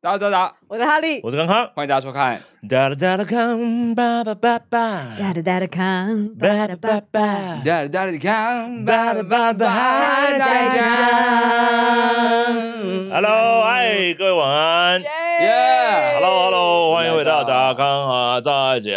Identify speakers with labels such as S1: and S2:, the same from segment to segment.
S1: 大家大家，
S2: 我的哈利，
S3: 我是康康，
S1: 欢迎大家收看。
S3: 哒哒哒哒康，叭叭叭叭，
S2: 哒哒哒哒康，
S3: 叭哒叭叭，
S1: 大家大家看，
S3: 叭哒叭叭还在唱。Hello，嗨，各位晚安。
S1: 耶
S3: Hello，Hello，欢迎回到达康啊在讲。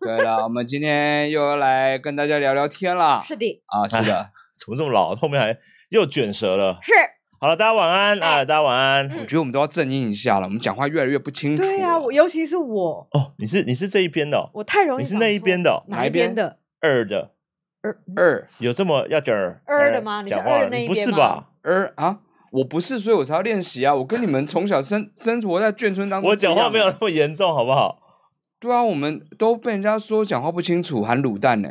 S1: 对了，我们今天又来跟大家聊聊天了
S2: 是的，
S1: 啊，是的，
S3: 怎么这么老？后面还又卷舌了。
S2: 是，
S3: 好了，大家晚安啊，大家晚安。
S2: 嗯
S1: 我觉得我们都要正音一下了，我们讲话越来越不清楚了。
S2: 对呀、我尤其是我，
S3: 哦，你是你是这一边的哦，
S2: 我太容易
S3: 你是
S2: 搞
S3: 那一
S2: 错
S3: 边的哦
S2: 哪
S1: 哪一
S2: 一
S1: 边
S2: 边的？
S3: 二的，
S2: 二
S1: 二
S3: 有这么要点儿
S2: 二的吗
S3: 呃
S2: 你是
S3: 讲话
S2: 二
S3: 了
S2: 那一
S3: 你不
S2: 边
S3: 是
S2: 吗
S3: 吧？
S1: 二啊，我不是，所以我才要练习啊。我跟你们从小生生活在眷村当中，
S3: 我讲话没有。那么严重，好不好？
S1: 对啊，我们都被人家说讲话不清楚，含卤蛋呢、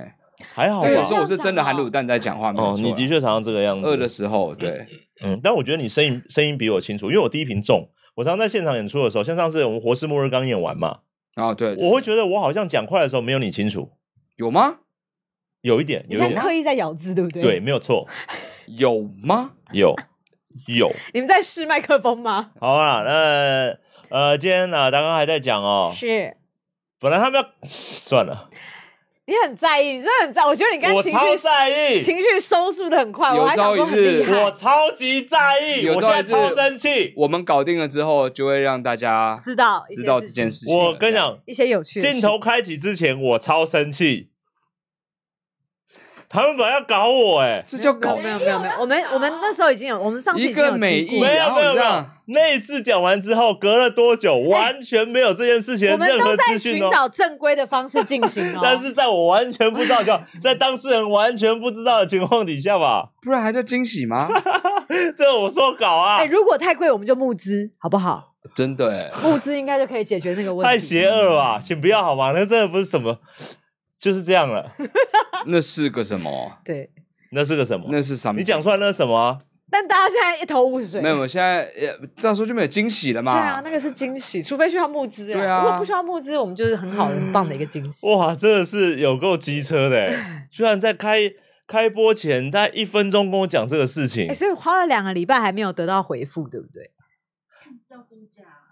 S3: 还好
S1: 对，有时
S3: 吧？
S1: 候我是真的含卤蛋在讲话，没有
S3: 哦，
S1: 错
S3: 你
S1: 啊。
S3: 的确常常这个样子。
S1: 饿的时候，对，
S3: 嗯，但我觉得你声音声音比我清楚，因为我第一瓶重。我常常在现场演出的时候，像上次我们《活尸末日》刚演完嘛，
S1: 啊，对，
S3: 我会觉得我好像讲快的时候没有你清楚，
S1: 有吗？
S3: 有一点，
S2: 你
S3: 有
S2: 现
S3: 一
S2: 在
S3: 点，
S2: 刻意在咬字，对不对？
S3: 对，，没有错，
S1: 有吗？
S3: 有有。
S2: 你们在试麦克风吗？
S3: 好啊，那呃，今天呢、刚刚还在讲哦，
S2: 是，
S3: 本来他们要算了，
S2: 你很在意，你真的很在，我觉得你刚才
S3: 我
S2: 情
S3: 超
S2: 绪
S3: 在意，
S2: 情绪收束的很快，
S1: 有
S2: 我还想
S1: 朝
S2: 说
S1: 一
S2: 很
S1: 日
S2: 厉害，
S3: 我超级在意，
S1: 有
S3: 我
S1: 朝
S3: 现
S1: 一
S3: 在
S1: 日
S3: 超生气。
S1: 我们搞定了之后，就会让大家
S2: 知道一
S1: 知
S2: 些
S1: 道
S2: 事
S1: 这件
S2: 情，
S1: 事情了。
S3: 我跟你
S1: 这样，
S3: 讲，
S2: 一些有趣的
S3: 镜
S2: 事
S3: 头开启之前，我超生气，他们本来要搞我、哎。
S1: 这叫搞
S2: 没有没有没有，我们我们那时候已经有，我们上次
S1: 一
S2: 已经有
S1: 个美
S2: 提过
S1: 意，
S3: 没
S1: 然
S3: 有
S1: 后
S3: 没有
S1: 这
S3: 没有
S1: 样，
S3: 那一次讲完之后，隔了多久，完全没有这件事情
S2: 我
S3: 的
S2: 们
S3: 任
S2: 都
S3: 何
S2: 在
S3: 资讯
S2: 寻
S3: 哦。
S2: 找正规的方式进行哦
S3: 。但是在我完全不知道的情况，在当事人完全不知道的情况底下吧，
S1: 不然还叫惊喜吗？
S3: 这我说搞啊
S2: 哎、，如果太贵，我们就募资，好不 好？
S1: 真的哎，
S2: 募资应该就可以解决那个问题。
S3: 太邪恶了吧，请不要好吗？那真的不是什么，就是这样了。
S1: 那是个什么？
S2: 对，
S3: 那是个什么？
S1: 那是什么？
S3: 你讲出来那是什么啊？
S2: 但大家现在一头雾水。
S1: 没有？现在呃，这样说就没有惊喜了嘛？
S2: 对啊，那个是惊喜，除非需要募资。
S1: 对啊
S2: 如果不需要募资，我们就是很好、很棒的一个惊喜。
S3: 哇，真的是有够机车的 欸，居然在开开播前大概一分钟跟我讲这个事情
S2: 哎、，所以花了两个礼拜还没有得到回复，对不对？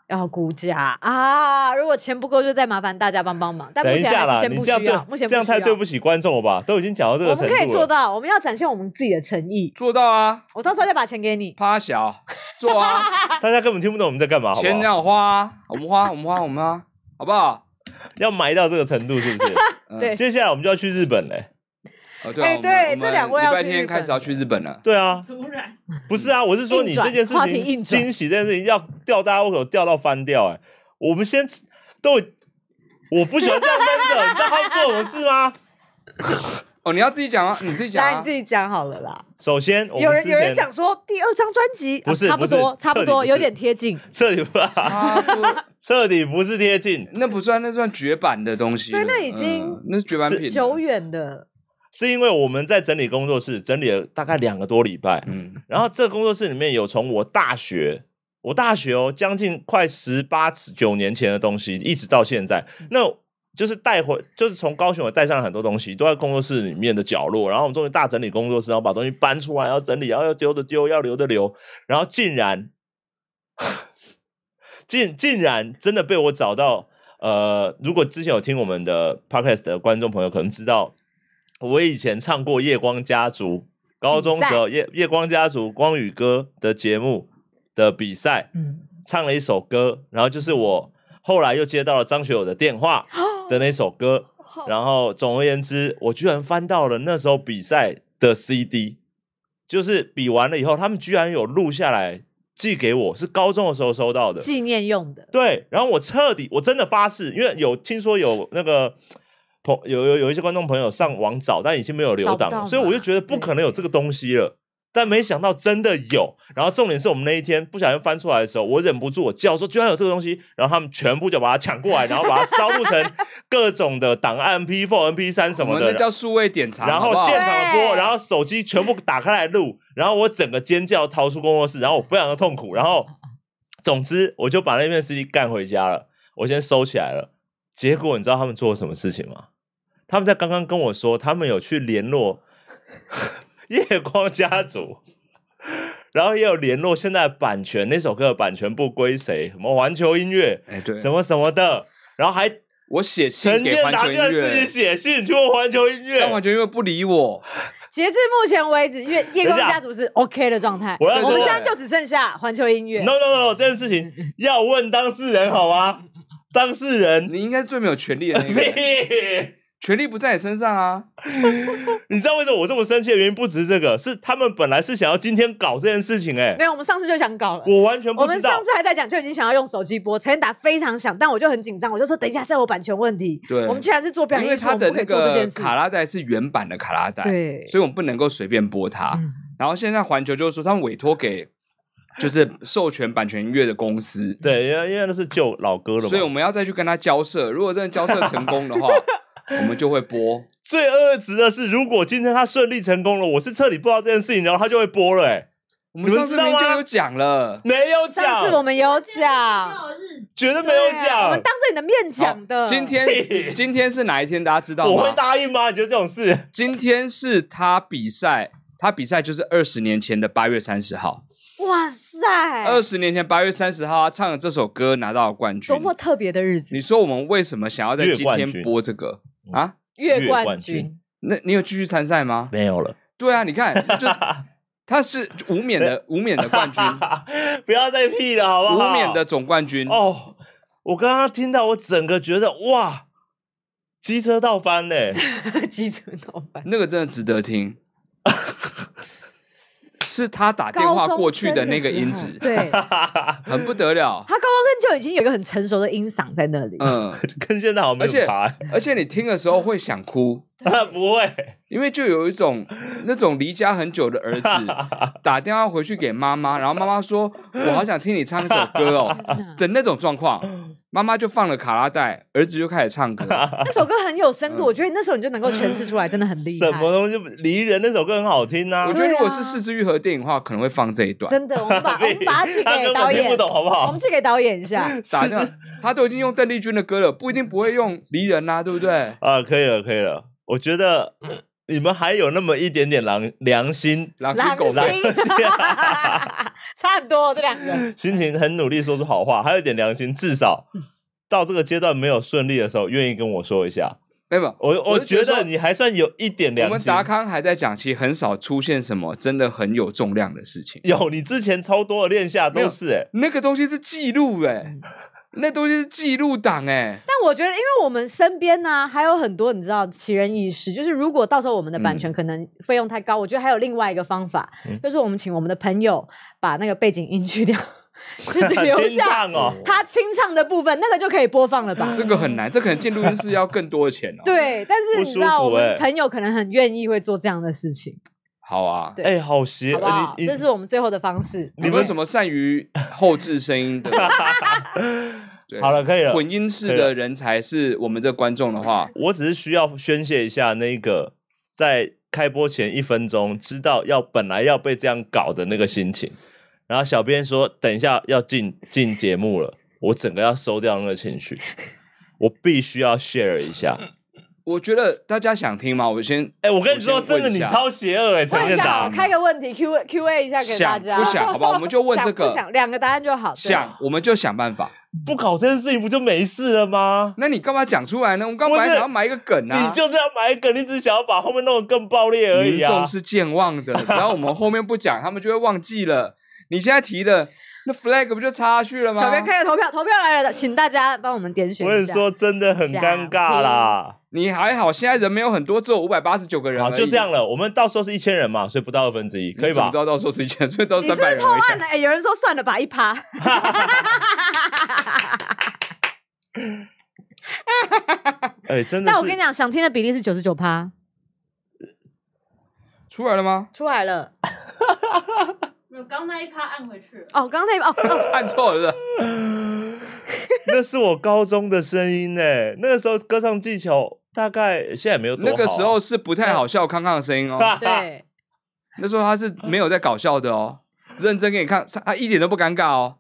S2: 要估价啊！如果钱不够，就再麻烦大家帮帮忙。但
S3: 等
S2: 哎目
S3: 一
S2: 前
S3: 下
S2: 还
S3: 啦，
S2: 是先
S3: 你
S2: 不
S3: 这样
S2: 需
S3: 对
S2: 要，目前
S3: 这样
S2: 需要
S3: 太对不起观众了吧？都已经讲到这个
S2: 我
S3: 程
S2: 们
S3: 度
S2: 可以做
S3: 了，
S2: 到，我们要展现我们自己的诚意。
S1: 做到啊，
S2: 我到时候再把钱给你。
S1: 趴小做 啊，
S3: 大家根本听不懂我们在干嘛，好不
S1: 钱
S3: 好？
S1: 要花啊，我们花，我们花，我们花，好不好？
S3: 要埋到这个程度是不是？
S1: 嗯
S2: 对
S3: 接下来我们就要去日本嘞。
S1: 哦，对啊，
S2: 哎
S1: 我们
S2: 对
S1: 我们
S2: 这两位要
S1: 礼拜
S2: 去
S1: 天
S2: 日
S1: 开始
S2: 本
S1: 要去日本了。
S3: 对啊，
S4: 突然，
S3: 不是啊，我是说你
S2: 硬转
S3: 这件事
S2: 话题
S3: 情
S2: 硬转
S3: 惊喜这件事情要吊大家胃口，吊到翻掉哎、我们先都，我不喜欢这样闷着，你知道他们做什么事吗？
S1: 哦，你要自己讲啊，你自己讲
S2: 来，
S1: 啊
S2: 你自。己讲好了啦。
S3: 首先，我
S2: 有
S3: 们
S2: 人
S3: 之
S2: 有人
S3: 前
S2: 讲说第二张专辑
S3: 不是
S2: 啊差不
S3: 不是
S2: 多差不
S3: 彻底不
S2: 多
S3: 是
S2: 有点贴近，
S3: 彻底不
S1: 啊，不
S3: 彻底不是贴近，
S1: 那不算，那算绝版的东西了。
S2: 对那已经
S1: 嗯那是绝版品了。
S2: 久远的
S3: 是因为我们在整理工作室，整理了大概两个多礼拜，
S1: 嗯，
S3: 然后这个工作室里面有从我大学，我大学哦，将近快十八十九年前的东西，一直到现在，那就是带回，就是从高雄我带上了很多东西，都在工作室里面的角落。然后我们终于大整理工作室，然后把东西搬出来，要整理，然后要丢的丢，要留的留，然后竟然，竟竟然真的被我找到。呃，如果之前有听我们的 podcast 的观众朋友，可能知道我以前唱过《夜光家族》，高中时候《夜夜光家族》光宇哥的节目的比赛，
S2: 嗯
S3: 唱了一首歌，然后就是我后来又接到了张学友的电话的那首歌，然后总而言之，我居然翻到了那时候比赛的 CD，就是比完了以后，他们居然有录下来寄给我，是高中的时候收到的，
S2: 纪念用的，
S3: 对，然后我彻底，我真的发誓，因为有听说有那个朋有有有一些观众朋友上网找，但已经没有留
S2: 找不
S3: 档
S2: 到
S3: 了，所以我
S2: 嘛
S3: 就觉得不
S2: 对
S3: 可能有这个东西了。但没想到真的有，然后重点是我们那一天不小心翻出来的时候，我忍不住我叫说居然有这个东西，然后他们全部就把它抢过来，然后把它烧录成各种的档案 P4、MP3 什
S1: 我
S3: 么
S1: 们
S3: 的
S1: 那，叫数位典藏，
S3: 然后
S1: 好不好
S3: 现场播，
S2: 对
S3: 然后手机全部打开来录，然后我整个尖叫逃出工作室，然后我非常的痛苦，然后总之我就把那片 CD 干回家了，我先收起来了。结果你知道他们做了什么事情吗？他们在刚刚跟 我说，他们有去联络夜光家族，然后也有联络现在的版权，那首歌的版权不归谁，什么环球音乐，
S1: 哎，对，
S3: 什么什么的，然后还
S1: 我写信
S3: 陈
S1: 给
S3: 建
S1: 环
S3: 达
S1: 球
S3: 居
S1: 音
S3: 然
S1: 乐，
S3: 自己写信去问环球音
S1: 但
S3: 乐
S1: 环，球音乐不理我，
S2: 截至目前为止，夜夜
S3: 等
S2: 光
S3: 一下
S2: 家族是 OK 的状态。
S3: 我要哎
S1: 说
S2: 们现在就只剩下环球音乐。
S3: No no no，这件事 情要问当事人好吗？当事人，
S1: 你应该是最没有权利的那个 人，
S3: 屁
S1: 权利不在你身上啊。
S3: 你知道为什么我这么生气的原因不止这个，是他们本来是想要今天搞这件事情、欸，
S2: 没有，我们上次就想搞了。
S3: 我完全
S2: 我
S3: 不
S2: 们
S3: 知道
S2: 上。次还在讲，就已经想要用手机播，陈建达非常想，但我就很紧张，我就说等一下，这有版权问题。
S1: 对
S2: 我们居然是做表
S1: 因
S2: 演
S1: 为
S2: 艺术，
S1: 他
S2: 我
S1: 的
S2: 们不可
S1: 那
S2: 以做这
S1: 个
S2: 件事。
S1: 卡拉带是原版的卡拉带，
S2: 对
S1: 所以我们不能够随便播它。
S2: 嗯
S1: 然后现在环球就是说，他们委托给就是授权版权音乐的公司，
S3: 对，因为因为那是旧老歌了嘛。
S1: 所以我们要再去跟他交涉。如果真的交涉成功的 话，我们就会播。
S3: 最恶质的是，如果今天他顺利成功了，我是彻底不知道这件事情，然后他就会播了、欸。
S1: 我们上次明明就有讲了，
S3: 没有讲，
S2: 上次我们有讲，
S4: 到日子
S3: 绝对没有
S2: 对啊我
S3: 讲
S2: 们。当着你的面讲的。
S1: 今 天今天是哪一天？大家知道
S3: 我
S1: 吗
S3: 会？答应吗？你觉得这种事？
S1: 今天是他比赛，他比赛就是二十年前的八月三十号。
S2: 哇塞，
S1: 二十年前八月三十号，他唱的这首歌拿到了冠军
S2: 多。么特别的日子，
S1: 你说我们为什么想要在今
S3: 月冠军嗯
S1: 天播这个啊？
S2: 月
S3: 月
S2: 冠
S3: 冠
S2: 军
S3: 军。
S1: 那你有继续参赛吗？
S3: 没有了，
S1: 对啊，你看， 就他是无冕的无冕的冠军，
S3: 不要再屁了，好不
S1: 无
S3: 好？
S1: 冕的总冠军。
S3: 哦，我刚刚听到，我整个觉得哇，机车倒翻嘞、
S2: 基层老板，
S1: 那个真的值得听。是他打 电话过去的那个音
S2: 高中生
S1: 质
S2: 的， 时候对他
S1: 很不得了。
S2: 高中生就已经有一个很成熟的音嗓在那里，
S1: 嗯，
S3: 跟现在好像没
S1: 而
S3: 有
S1: 且
S3: 差、啊
S1: 而且你听的时候会想哭，
S3: 不会，
S1: 因为就有一种那种离家很久的儿 子打电话回去给妈妈，然后妈妈说：“我好想听你唱一首歌 哦。”的那种状况，妈妈就放了卡拉带，儿子就开始唱歌。
S2: 那首歌很有深
S1: 嗯
S2: 度，我觉得那时候你就能够诠释出来，真的很厉害
S3: 什。么东西？离人那首歌很好听啊
S1: 我，觉得如
S2: 对啊
S1: 果是四肢愈合的电影的话，可能会放这一段。
S2: 真的，我们 把我们把它寄
S3: 他
S2: 给
S3: 根
S2: 导
S3: 本听
S2: 演
S3: 不，懂，好不
S2: 我
S3: 好
S2: 们？寄给导演一下。
S1: 打电话，他都已经用邓丽君的歌了，不一定不会用离人啦、对不对？
S3: 啊，可以了，可以了。我觉得你们还有那么一点点良良心，
S1: 狼心狗
S2: 狼
S1: 肺
S2: 心， 差很多哦这两
S1: 嗯
S2: 个。
S3: 心情很努力说出好话，还有一点良心，至少到这个阶段没有顺利的时候，愿意跟我说一下。
S1: 没有没有，
S3: 我
S1: 我
S3: 我
S1: 就觉
S3: 觉
S1: 得
S3: 得
S1: 说
S3: 你还算有一点
S1: 我
S3: 良
S1: 们
S3: 心。
S1: 达康还在讲，其实很少出现什么真的很有重量的事情。
S3: 有，你之前超多的练下
S1: 没
S3: 都
S1: 有
S3: 是哎、
S1: 那个东西是记录哎、
S2: 嗯
S1: 那东西是记录档哎，
S2: 但我觉得，因为我们身边呢、还有很多你知道奇人异事，就是如果到时候我们的
S1: 嗯
S2: 版权可能费用太高，我觉得还有另外一个方法，就是我们请我们的朋友把那个背景音去掉， 就
S3: 欸，
S2: 留
S3: 天
S2: 下
S3: 降哦。
S2: 他清唱的部分，那个就可以播放了吧？
S1: 这个很难，这可能进录音室要更多的钱哦。，
S2: 对，但是
S3: 不
S2: 你知
S3: 舒
S2: 道，
S3: 服
S2: 我
S3: 欸
S2: 们朋友可能很愿意会做这样的事情，
S1: 好啊
S2: 对。
S3: 哎、好邪！
S2: 好不好？
S3: 你你
S2: 这是我们最后的方式。
S1: 你们什么善于后置声音的？对，
S3: 好了，，可以了。
S1: 混音室的人才是我们这观众的 话，
S3: 我只是需要宣泄一下那个在开播前一分钟知道要本来要被这样搞的那个心情。然后小编说，等一下要进进节目了，我整个要收掉那个情绪，我必须要 share 一下。
S1: 我觉得大家想听吗？我先
S3: 哎、我跟你说，
S1: 我先
S3: 真
S1: 问
S3: 的
S1: 一
S3: 你
S1: 下
S3: 超邪恶哎、陈
S2: 问一
S3: 建
S2: 下，
S3: 达
S2: 我，开个问题 Q Q A 一下给大
S1: 想
S2: 家。
S1: 不想？好吧，我们就问这
S2: 想
S1: 个
S2: 不，想两个答案就好。对啊
S1: 想我们就想办法。
S3: 不搞这件事情不就没事了吗？
S1: 那你干嘛讲出来呢？我们刚
S3: 不
S1: 本
S3: 是
S1: 来想要埋一个梗啊，
S3: 你就是要买梗，你只是想要把后面弄得更爆裂而已
S1: 民
S3: 啊
S1: 众！是健忘的，只要我们后面不讲，他们就会忘记了。你现在提的那 flag 不就插下去了吗？
S2: 小编开个投票，投票来了，请大家帮我们点选
S3: 我
S2: 一
S3: 跟你
S2: 下。
S3: 说，真的很尴尬啦。
S1: 你还好，现在人没有很多，只有五百八十九个人
S3: 好，
S1: 而已
S3: 就这样。了。我们到时候是一千人嘛，所以不到二分之一，可以
S1: 你怎么
S3: 吧
S1: 知？道到时候是一千，所以到
S2: 你是
S1: 三
S2: 不
S1: 百
S2: 是
S1: 人
S2: 偷
S1: 而已
S2: 按了？哎，有人说算了吧，一趴。
S3: 哎、真的
S2: 但我跟你
S3: 是
S2: 讲，想听的比例是九十九趴，
S1: 出来了吗？
S2: 出来了。
S4: 没有，刚那一趴按回去了。
S2: 哦，刚刚那哦哦，
S1: 按错了是
S3: 那是我高中的声音呢。那个时候歌唱技巧大概现在也没有
S1: 不
S3: 多
S1: 是，
S3: 好啊、
S1: 那个时 候是不太好笑康康的声音哦。
S2: 对，
S1: 那时候他是没有在搞笑的哦，认真给你看，他一点都不尴尬 哦。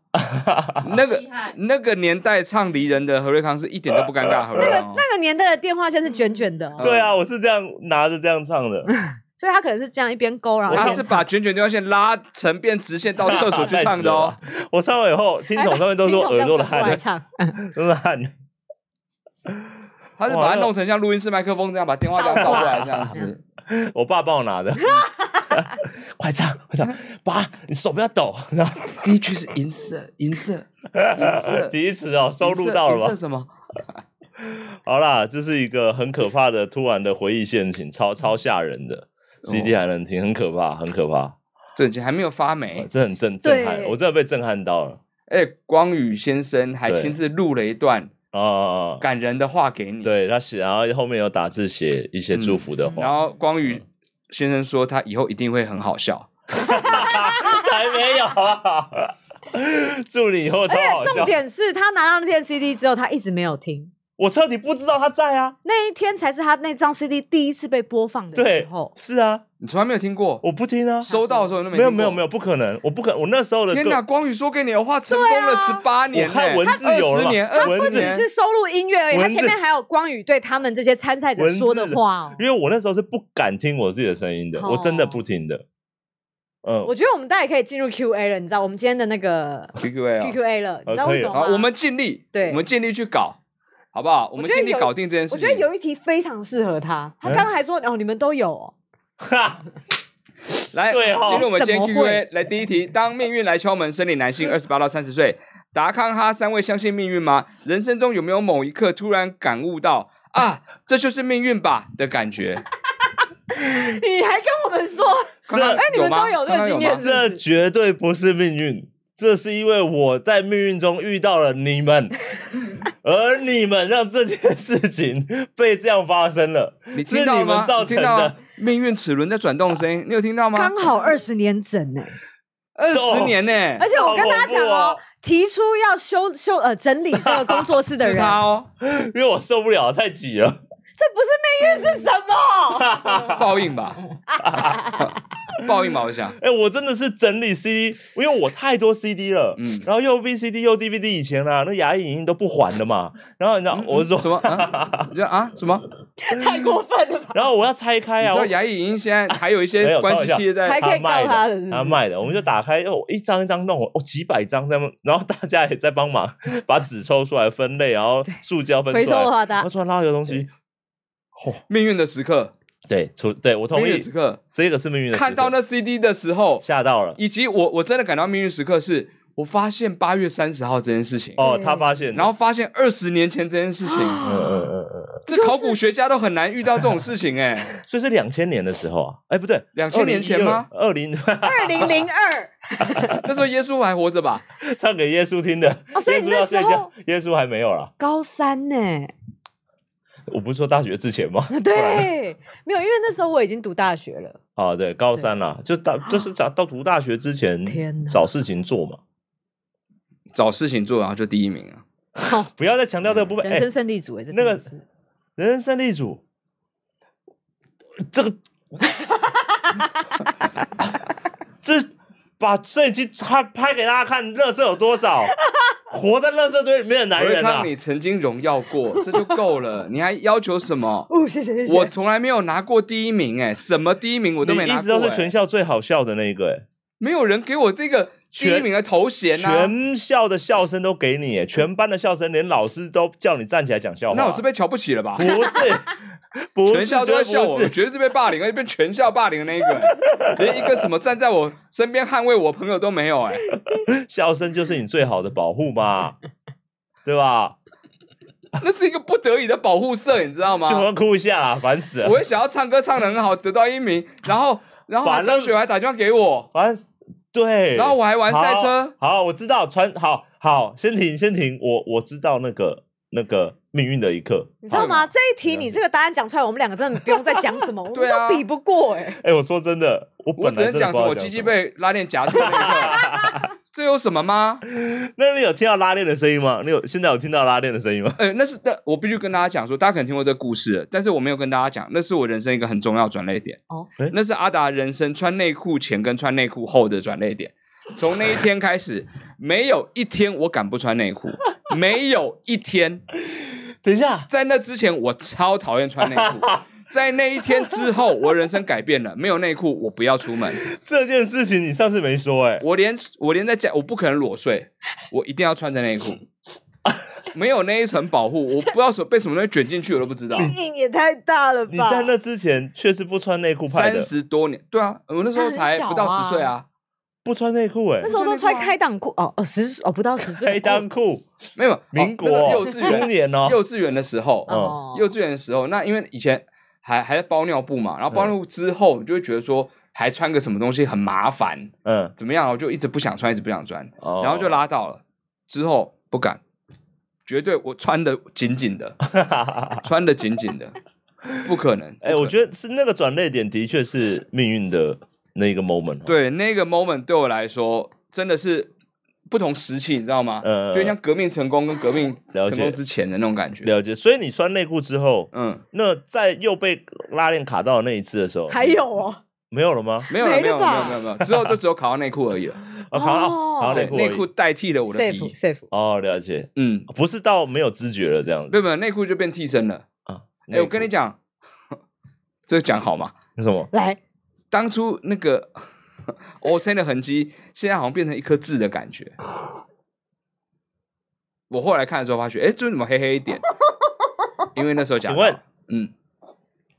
S1: 那个
S4: 厉害
S1: 那个年代唱离人的何瑞康是一点都不 尴尬，何瑞康哦、
S2: 那个年代的电话线是卷卷的哦。
S1: 嗯
S3: 对啊，我是这样拿着这样唱的。
S2: 所以他可能是这样一边勾，然后
S1: 他
S2: 边
S1: 是
S2: 唱
S1: 把卷卷条线拉成变直线 到厕所去唱的哦。
S3: 我上完以后，听筒上面都是我耳朵的
S2: 还哎把听
S3: 汗，
S2: 筒这样转过来唱
S3: 都是汗。
S1: 他是把它弄成像录音室麦克风这样，把电话这样倒过来这样子。
S3: 我爸帮我拿 的，快唱快唱，爸，你手不要抖。 然后
S1: 的确是银色，银色，银 色，
S3: 第一次哦，收录到
S1: 银
S3: 了
S1: 色
S3: 吧？
S1: 什么？
S3: 好啦，这是一个很可怕的突然的回忆陷阱，超超吓人的。CD 还能听，很可怕，很可怕，
S1: 正经还没有发霉
S3: 呃。这很震震撼，
S2: 对
S3: 我真的被震撼到了
S1: 哎，光宇先生还亲自录了一段
S3: 啊啊！啊
S1: 感人的话给你。，
S3: 对他写，然后后面有打字写一些祝福的
S1: 嗯然
S3: 话，
S1: 后光宇
S3: 嗯
S1: 先生说他以后一定会很好笑。
S3: 才没有啊！ 祝你以后超好
S2: 哎重
S3: 笑。
S2: 点是他拿到那片 CD 之后，他一直没有听。
S3: 我彻底不知道他在啊，
S2: 那一天才是他那张 CD 第一次被播放的时
S3: 对
S2: 候，。
S3: 是啊，
S1: 你从来没有听过？
S3: 我不听啊，
S1: 收到的时候你都
S3: 没有没有没
S1: 有。
S3: 有，不可能，我不可，我那时候的
S1: 天
S3: 歌
S1: 哪！光宇说给你的话尘封了
S2: 啊
S1: 十八年呢，
S3: 我看文字有了
S1: 20
S3: 吧
S1: 年，
S3: 他
S1: 20
S2: 不
S3: 文字
S2: 只
S1: 年
S2: 是收录音乐而已，他
S3: 文字
S2: 前面还有光宇对他们这些参赛者
S3: 文字
S2: 说的话哦。
S3: 因为我那时候是不敢听我自己的声音的，
S2: 哦
S3: 我真的不听的。嗯，
S2: 我觉得我们大家也可以进入 Q&A 了，你知道我们今天的那个
S1: QQA 啊
S2: Q&A
S3: 哦
S2: 了，你知道为什么
S1: 好，
S2: 吗？
S1: 我们尽力，
S2: 对
S1: 我们尽力去搞，好不好？我们
S2: 觉得
S1: 尽力
S2: 有
S1: 搞定这件事
S2: 我
S1: 情。
S2: 觉得有一题非常适合他，他刚刚还说哦，你们都有哦，
S3: 哈，
S1: 来，
S3: 对哦
S1: 进入我们今天
S2: 怎么会
S1: Q&A。来，第一题，当命运来敲门，生理男 性，二十八到三十岁，达康哈三位相信命运吗？人生中有没有某一刻突然感悟到 啊，这就是命运吧的感觉？
S3: 嗯
S2: 你还跟我们说，
S1: 刚刚
S2: 哎，你们
S1: 吗
S2: 都有这
S1: 刚
S2: 个
S1: 刚
S2: 经
S1: 吗
S2: 验是不
S3: 这
S2: 是，
S3: 绝对不是命运，这是因为我在命运中遇到了你们，而你们让这件事情被这样发生了，
S1: 你听
S3: 是
S1: 到
S3: 你
S1: 了吗
S3: 们造
S1: 你
S3: 成
S1: 听到
S3: 的
S1: 了。命运齿轮在转动的声音，你有听到吗
S2: 刚？好二十年整呢。
S1: 二十年呢、
S2: 而且我跟大家讲哦
S3: 好恐怖哦，
S2: 提出要修修呃整理这个工作室的
S1: 是
S2: 人，
S1: 他哦，
S3: 因为我受不了，太挤了。
S2: 这不是命运是什 么？
S1: 报应 吧，报应吧，我想。
S3: 哎、我真的是整理 CD，因为我太多 CD 了，
S1: 嗯
S3: 然后又 VCD 又 DVD，以前啊，那牙医影音都不还的嘛。然后你知道，
S2: 嗯
S3: 我是说
S1: 什么啊？你知道啊？什么？
S2: 太过分了吧！
S3: 然后我要拆开
S1: 你
S3: 啊，
S1: 知
S3: 我
S1: 道牙医影音现在还有一
S3: 没
S1: 些
S3: 有
S1: 关系
S3: 等我一下
S1: 企业在
S2: 还可以告
S3: 卖的，
S2: 他了是不是
S3: 卖的，我们就打开，哦，一张一张弄，哦，几百张在那，然后大家也在帮忙把纸抽出来分类，然后塑胶 分
S2: 回
S3: 出
S2: 收
S3: 来，
S2: 的话，大家
S3: 然后突然拉到一个东西，
S1: 命运的时刻，
S3: 对，出对我
S1: 命
S3: 同
S1: 运
S3: 意
S1: 的时，刻，
S3: 这个是命运的时刻，
S1: 看到那 CD 的时候，
S3: 吓到了，
S1: 以及我我真的感到命运时刻是，我发现八月三十号这件事情，
S3: 哦，
S2: 对
S3: 他发现的，
S1: 然后发现二十年前这件事情，
S3: 嗯，嗯嗯嗯嗯
S1: 这考古学家都很难遇到这种事情哎、
S3: 嗯，所以是两千年的时候啊，哎，不对，
S1: 2000年前吗
S3: 二 零
S2: 二零零 二，
S1: 那时候耶稣还活着吧？
S3: 唱给耶稣听的，
S2: 哦所以
S3: 耶
S2: 你
S3: 稣
S2: 那
S3: 要
S2: 时
S3: 睡
S2: 候
S3: 觉，耶稣还没有啦。
S2: 高三呢、
S3: 我不是说大学之前吗？不 然呢
S2: 对，没有，因为那时候我已经读大学了。
S3: 啊，对，高三啦，就到就是找到读大学之前，
S2: 天哪
S3: 找事情做嘛，
S1: 找事情做，然后就第一名啊了。
S3: 不要再强调这个部分。 哎
S2: 人，生胜利组哎、这
S3: 那个
S2: 真的是
S3: 人生胜利组，这个这把摄影机他拍给大家看，乐色有多少？活在乐色堆里面的
S1: 我
S3: 男
S1: 会
S3: 人啊
S1: 看！你曾经荣耀过，这就够了， 你还要求什么？
S2: 哦，谢谢谢谢。
S1: 我从来没有拿过第一名哎、什么第一名我都没
S3: 你
S1: 拿
S3: 一直都
S1: 过、
S3: 是
S1: 哎
S3: 全校最好笑的那一个、
S1: 没有人给我这个第一名的头衔
S3: 哎，
S1: 呐、啊。
S3: 全校的笑声都给你、哎，全班的笑声，连老师都叫你站起来讲笑话。
S1: 那我是被瞧不起了吧
S3: 不？是，不是，
S1: 全校都在笑我，
S3: 绝对
S1: 我
S3: 不是
S1: 绝对是被霸凌，而且被全校霸凌的那一个， 连一个什么站在我身边捍卫我朋友都没有、哎，
S3: 笑声就是你最好的保护嘛， 对
S1: 啊
S3: 吧？
S1: 那是一个不得已的保护色，你知道吗
S3: 就？能哭一下啦，烦死了
S1: 我。也想要唱歌唱的很好，得到一名，然后然后
S3: 反正
S1: 张雪还打电话给我，
S3: 反正对，
S1: 然后我还玩赛车，
S3: 好。好，我知道传好好，先停先停，我我知道那个那个命运的一刻。
S2: 你知道吗？这一题你这个答案讲出来，我们两个真的不用再讲 什么，我们
S1: 对啊
S2: 都比不过哎、
S3: 哎，我说真的，我
S1: 我
S3: 本
S1: 只
S3: 来
S1: 能
S3: 真的
S1: 讲
S3: 不
S1: 什
S3: 知道
S1: 么
S3: 讲
S1: 鸡鸡
S3: 什么。
S1: 被拉链夹住那 一个，这有什么吗？
S3: 那你有听到拉链的声音吗？你有现在有听到拉链的声音吗？
S1: 呃，那是那我必须跟大家讲说，大家可能听过这个故事，但是我没有跟大家讲，那是我人生一个很重要的转捩点。
S2: 哦
S3: 诶
S1: 那是阿达人生穿内裤前跟穿内裤后的转捩点。从那一天开始，没有一天我敢不穿内裤，没有一天。
S3: 等一下，
S1: 在那之前，我超讨厌穿内裤，在那一天之后，我人生改变了，没有内裤我不要出门，
S3: 这件事情你上次没说哎、
S1: 我连我连在家我不可能裸睡，我一定要穿着内裤。没有那一层保护，我不知道什被什么东西卷进去，我都不知道。
S2: 瘾也太大了吧？
S3: 你在那之前确实不穿内裤拍
S1: 三
S3: 的，
S1: 十多年，对啊，我那时候才不到
S2: 他很小啊
S1: 十岁啊，
S3: 不穿内裤哎
S2: 那，时候都穿开裆裤哦哦十哦不到十岁
S3: 黑裆裤，
S1: 没有
S3: 民国
S1: 哦那时候幼稚
S3: 中
S1: 园
S3: 年哦，
S1: 幼稚园的时候，
S2: 哦
S1: 幼稚园的时候，那因为以前还还在包尿布嘛，然后包尿布之后，你就会觉得说还穿个什么东西很麻烦，
S3: 嗯，
S1: 怎么样？我就一直不想穿，一直不想穿，
S3: 哦
S1: 然后就，拉到了，之后不敢，绝对我穿的紧紧 的，穿的紧紧的，不可能。
S3: 哎，我
S1: 得
S3: 觉得是那个转捩点，的确是命运的那个 moment，哦，
S1: 对那个 moment 对我来说真的是不同时期，你知道吗？
S3: 嗯嗯嗯
S1: 就像革命成功跟革命
S3: 了解
S1: 成功之前的那种感觉。
S3: 了解。所以你穿内裤之后，
S1: 嗯，
S3: 那在又被拉链卡到的那一次的时候，
S2: 还有哦，
S3: 没有了吗？
S1: 没有了，
S2: 没了
S1: 没有了，
S2: 吧
S1: 没有了没有了没有了，之后就只有考到内裤而已了。
S3: 哦，卡到
S2: 哦
S3: 卡到
S1: 对，
S3: 内裤而已，
S1: 内裤代替了我的
S2: safe
S1: 皮。
S2: safe
S3: 哦，了解，
S1: 嗯，
S3: 不是到没有知觉了这样
S1: 没
S3: 子
S1: 有没有，内裤就变替身了。
S3: 啊。
S1: 哎、我跟你讲，这讲好吗？
S3: 讲什么？
S2: 来
S1: 当初那个 O C 的痕迹，现在好像变成一颗痣的感觉。我后来看的时候发觉，哎、这为什么黑黑一点？因为那时候讲，
S3: 请问，
S1: 嗯，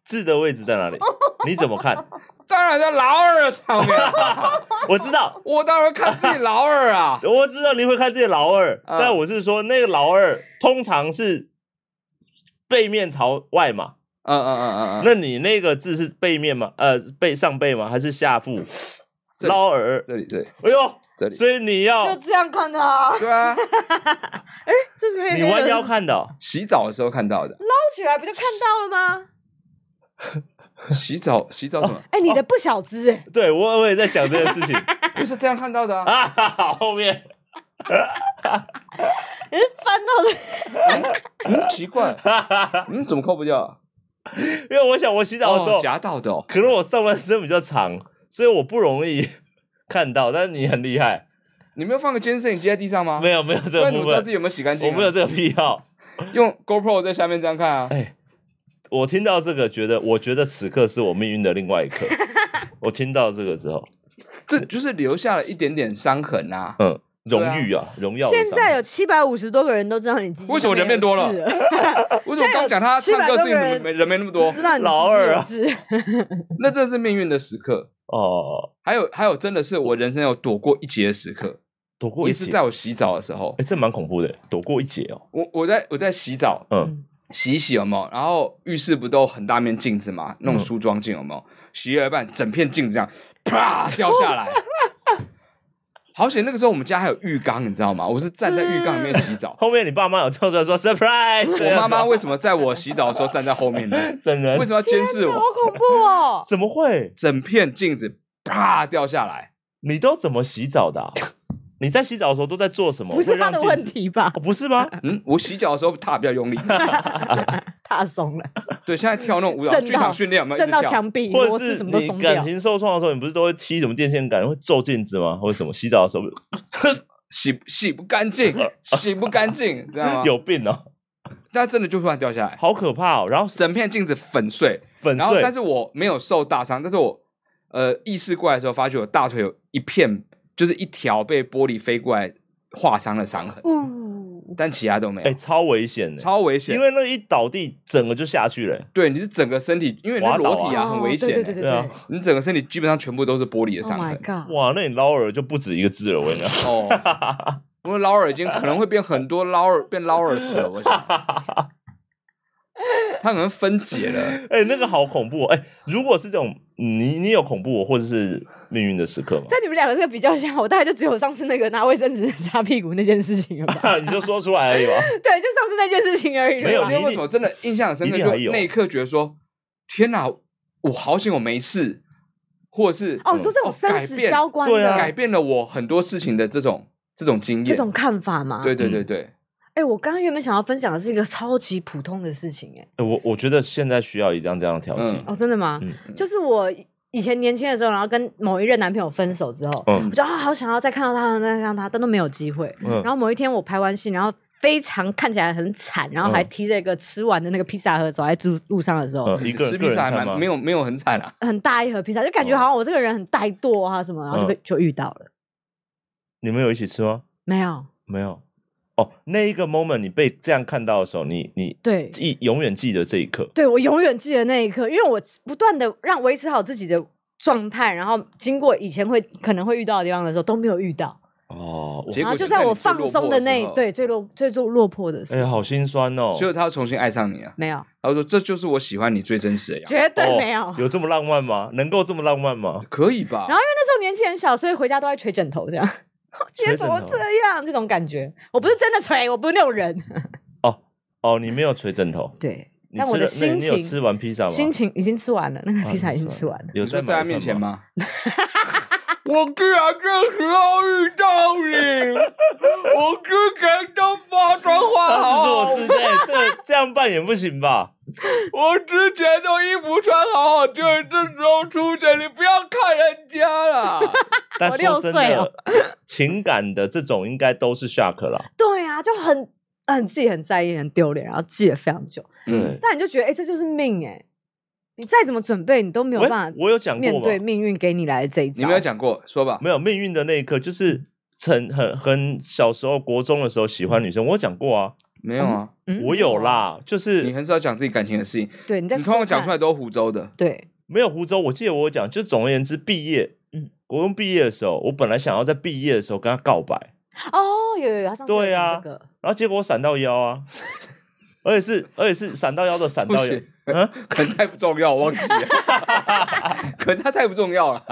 S3: 痣的位置在哪里？你怎么看？
S1: 当然在老二上面 啊，
S3: 我知道，
S1: 我当然看自己老二啊。
S3: 我知道你会看这个老二，
S1: 嗯
S3: 但我是说那个老二通常是背面朝外嘛。
S1: 嗯嗯嗯嗯嗯，
S3: 那你那个字是背面吗？呃，背上背吗？还是下腹？
S1: 这里
S3: 捞耳？
S1: 这里这里
S3: 哎呦，
S1: 这里，
S3: 所以你要
S2: 这样看的啊，
S1: 对啊，
S2: 这是黑
S3: 你弯腰看的哦、
S1: 洗澡的时候看到的，
S2: 起来不就看到了吗？
S1: 洗澡洗澡什 么？
S2: 哎，你的不小只哎，
S3: 对我我也在想这 件事情
S1: 就是这样看到的 啊。
S3: 啊，哈哈后面
S2: 你是翻到这
S1: 嗯，奇怪， 嗯，怎么扣不掉啊？
S3: 因为我想我洗澡的时候，
S1: 哦夹到的哦，
S3: 可能我上半身比较长，所以我不容易 看到，但是你很厉害，
S1: 你没有放个监视摄影机在地上吗？
S3: 没有没有
S1: 不
S3: 这个
S1: 然你
S3: 部
S1: 们知道自己
S3: 分，
S1: 有没有洗干净啊？
S3: 我没有这个癖好。
S1: 用 GoPro 在下面这样看啊。
S3: 哎，我听到这个，觉得我觉得此刻是我命运的另外 一刻。我听到这个之后，
S1: 这就是留下了一点点伤痕 啊。
S3: 嗯，荣誉啊，荣耀的
S2: 现
S3: 上面。
S2: 在有七百五十多个人都知道你鸡鸡
S1: 为什么人变多了
S2: 上面有痣
S1: 为什么刚讲他唱歌的事情
S2: 现在有
S1: 怎么没人没那么多
S2: 知？道你
S3: 老二啊
S2: 鸡鸡有痣
S1: 那这是命运的时刻。
S3: 哦，
S1: 还有还有，真的是我人生有躲过一劫的时刻，
S3: 躲过
S1: 也
S3: 一
S1: 是
S3: 劫，
S1: 在我洗澡的时候
S3: 哎，。这蛮恐怖的，躲过一劫哦。
S1: 我我在我在洗澡，
S3: 嗯
S1: 洗一洗有没有？然后浴室不都有很大面镜子嘛，那种
S3: 嗯
S1: 梳妆镜有没有？洗了一半，整片镜子这样啪掉下来。 好险！那个时候我们家还有浴缸，你知道吗？我是站在浴缸里面洗 澡。
S3: 后面你爸妈有跳出来说 surprise，
S1: 我妈妈为什么在我洗澡的时候站在后面呢？
S3: 整人
S1: 为什么要监视
S2: 好
S1: 我？
S2: 恐怖哦！
S3: 怎么会？
S1: 整片镜子啪掉下来，
S3: 你都怎么洗澡的啊、你在洗澡的时候都在做什 么？
S2: 不是
S3: 会
S2: 他
S3: 让
S2: 的
S3: 镜
S2: 问
S3: 子
S2: 题吧？
S3: 哦，不 是吗？
S1: 嗯，我洗脚的时候踏比较用力。
S2: 太松了，
S1: 对，现在跳那种舞蹈，
S2: 震
S1: 剧
S2: 到
S1: 场训练有没有一
S2: 震
S1: 直
S2: 到
S1: 跳？
S2: 墙壁，
S3: 或
S2: 螺
S3: 者
S2: 丝
S3: 是
S2: 什么都
S3: 你
S2: 松掉
S3: 感。情受创的时候，你不是都会踢什么电线杆，会揍镜子吗？或者什么？洗澡 的时候
S1: 洗洗不干净，洗不干净，知道吗？，
S3: 有病哦，
S1: 但真的就突然掉下来，
S3: 好可怕哦！然后
S1: 整片镜子粉碎。
S3: 粉
S1: 然后，
S3: 碎
S1: 但，是我没有受大伤，但是我呃意识过来的时候，发觉我大腿有一片，就是一条被玻璃飞过来划伤的伤痕，
S2: 呜，
S1: 但其他都没有，
S3: 哎，超危险的，
S1: 超危险。
S3: 因为那一倒地，整个就下去了。欸
S1: 对你是整个身体，因为你是
S3: 滑倒
S1: 裸
S3: 啊
S1: 体啊，很危险、欸。
S2: 哦对对对
S3: 对啊
S2: 对
S1: 你整个身体基本上全部都是玻璃的
S2: ，Oh
S1: 伤
S2: my
S1: 痕。
S2: god！
S3: 哇，那你捞饵就不止一个字了，我跟你讲。
S2: Oh
S1: 哦，因为捞耳已经可能会变很多捞耳，变捞耳死了，我 想。它可能分解了，
S3: 哎，那个好恐怖哦！哎，如果是这种，你你有恐怖或者是命运的时刻吗？
S2: 在你们两个这个比较下，我大概就只有上次那个拿卫生纸擦屁股那件事情了 吧？
S3: 你就说出来而 已嘛。
S2: 对，就上次那件事情而已了吧。
S3: 没有
S1: 你
S3: 你
S1: 知道为什么真的印象很深刻？
S3: 一定还有
S1: 就那一刻觉得说，天哪，我好险我没事，或者是
S2: 哦，你说这种
S1: 哦
S2: 生
S1: 改
S2: 死
S1: 变
S2: 交关
S3: 对啊
S1: 改
S2: 的
S1: 变了我很多事情的这种这种经验。
S2: 这种看法
S3: 嗯
S2: 嘛？
S1: 对对对对，
S2: 哎，我刚刚原本想要分享的是一个超级普通的事情，哎，
S3: 哎我我觉得现在需要一辆这样的调剂。
S2: 哦，真的吗？
S3: 嗯
S2: 就是我以前年轻的时候，然后跟某一任男朋友分手之后，
S3: 嗯
S2: 我就啊好想要再看到他，再看到他，但都没有机会。
S3: 嗯
S2: 然后某一天我排完戏，然后非常看起来很惨，然后还
S3: 嗯
S2: 提着一个吃完的那个披萨盒走在路路上的时候，
S3: 嗯，一个
S1: 吃
S3: 人
S1: 披
S3: 个人
S1: 萨还
S3: 餐吗？
S1: 蛮没有没有很惨啊，
S2: 很大一盒披萨，就感觉
S3: 哦
S2: 好像我这个人很怠惰啊什么，然后就被、就遇到了。
S3: 你们有一起吃吗？
S2: 没有，
S3: 没有。哦，那一个 moment 你被这样看到的时候，你你
S2: 对
S3: 记永远记得这一刻。
S2: 对，我永远记得那一刻，因为我不断的让维持好自己的状态，然后经过以前会可能会遇到的地方的时候都没有遇到，
S3: 哦，我
S1: 结
S2: 然
S1: 果
S2: 后就
S1: 就在
S2: 在我
S1: 你最
S2: 放
S1: 落
S2: 松
S1: 魄
S2: 的
S1: 的
S2: 那
S1: 时
S2: 一
S1: 候
S2: 对最落最落落魄的
S3: 哎、
S2: 时候，
S3: 好心酸哦。
S1: 所以他要重新爱上你啊。
S2: 没有，
S1: 他说这就是我喜欢你最真实的样子，
S2: 绝对
S3: 哦
S2: 没有。
S3: 有这么浪漫吗？能够这么浪漫吗？
S1: 可以吧
S2: 然？后因为那时候年纪很小，所以回家都在捶枕头这样。今天怎么
S3: 捶枕头
S2: 这样？这种感觉，我不是真的捶，我不是那种人。
S3: 哦哦，你没有捶 枕头，
S2: 对，
S3: 你
S2: 但
S3: 吃
S2: 我
S3: 了
S2: 的
S3: 那
S2: 心
S3: 你有
S2: 情，
S3: 吃完披萨吗？
S2: 心情已经吃完了，那个
S3: 啊
S2: 披萨
S3: 你
S2: 已经
S3: 吃
S2: 吃完了。
S3: 有
S1: 你说
S3: 在
S1: 在
S3: 买
S1: 他
S3: 一
S1: 面
S3: 份
S1: 前
S3: 吗？
S1: 吗？ 我居然这时候遇到你，我之前都发 传话
S3: 他
S1: 好
S3: 自
S1: 好
S3: 作自在，这这样扮演不行吧？
S1: 我之前都衣服穿好好，就是这时候出现，你不要看人家 啦。
S3: 但
S2: 我
S3: 说
S2: 六
S3: 真
S2: 岁
S3: 的，
S2: 哦
S3: 情感的这种应该都是 shock 啦。
S2: 对啊，就很很自己很在意，很丢脸，然后记了非常久。
S3: 对，
S2: 但你就觉得，哎、这就是命哎、你再怎么准备，你都没有
S3: 喂
S2: 办法
S3: 我有讲过
S2: 面对
S3: 吗？
S2: 命运给你来的这一招。
S1: 你没有讲过，说吧。
S3: 没有命运的那一刻，就是很很很小时候国中的时候喜欢女生，我有讲过啊，
S1: 没有啊，
S2: 嗯
S3: 我有啦，就
S1: 你
S3: 是
S1: 很少讲自己感情的事情，
S2: 对，你在
S1: 你通常讲出
S2: 来，
S1: 来都湖州的。
S2: 对，
S3: 没有湖州，我记得我有讲，就总而言之，毕业，
S2: 嗯
S3: 国中毕业的时候，我本来想要在毕业的时候跟她告白，
S2: 哦，有有有，他上次有
S3: 对啊
S2: 讲这个
S3: 然后结果我闪到腰啊， 而且是而且是闪到腰的闪
S1: 对不
S3: 到腰
S1: 起，，
S3: 嗯，
S1: 可能太不重要，我忘记了。 可能他太不重要了，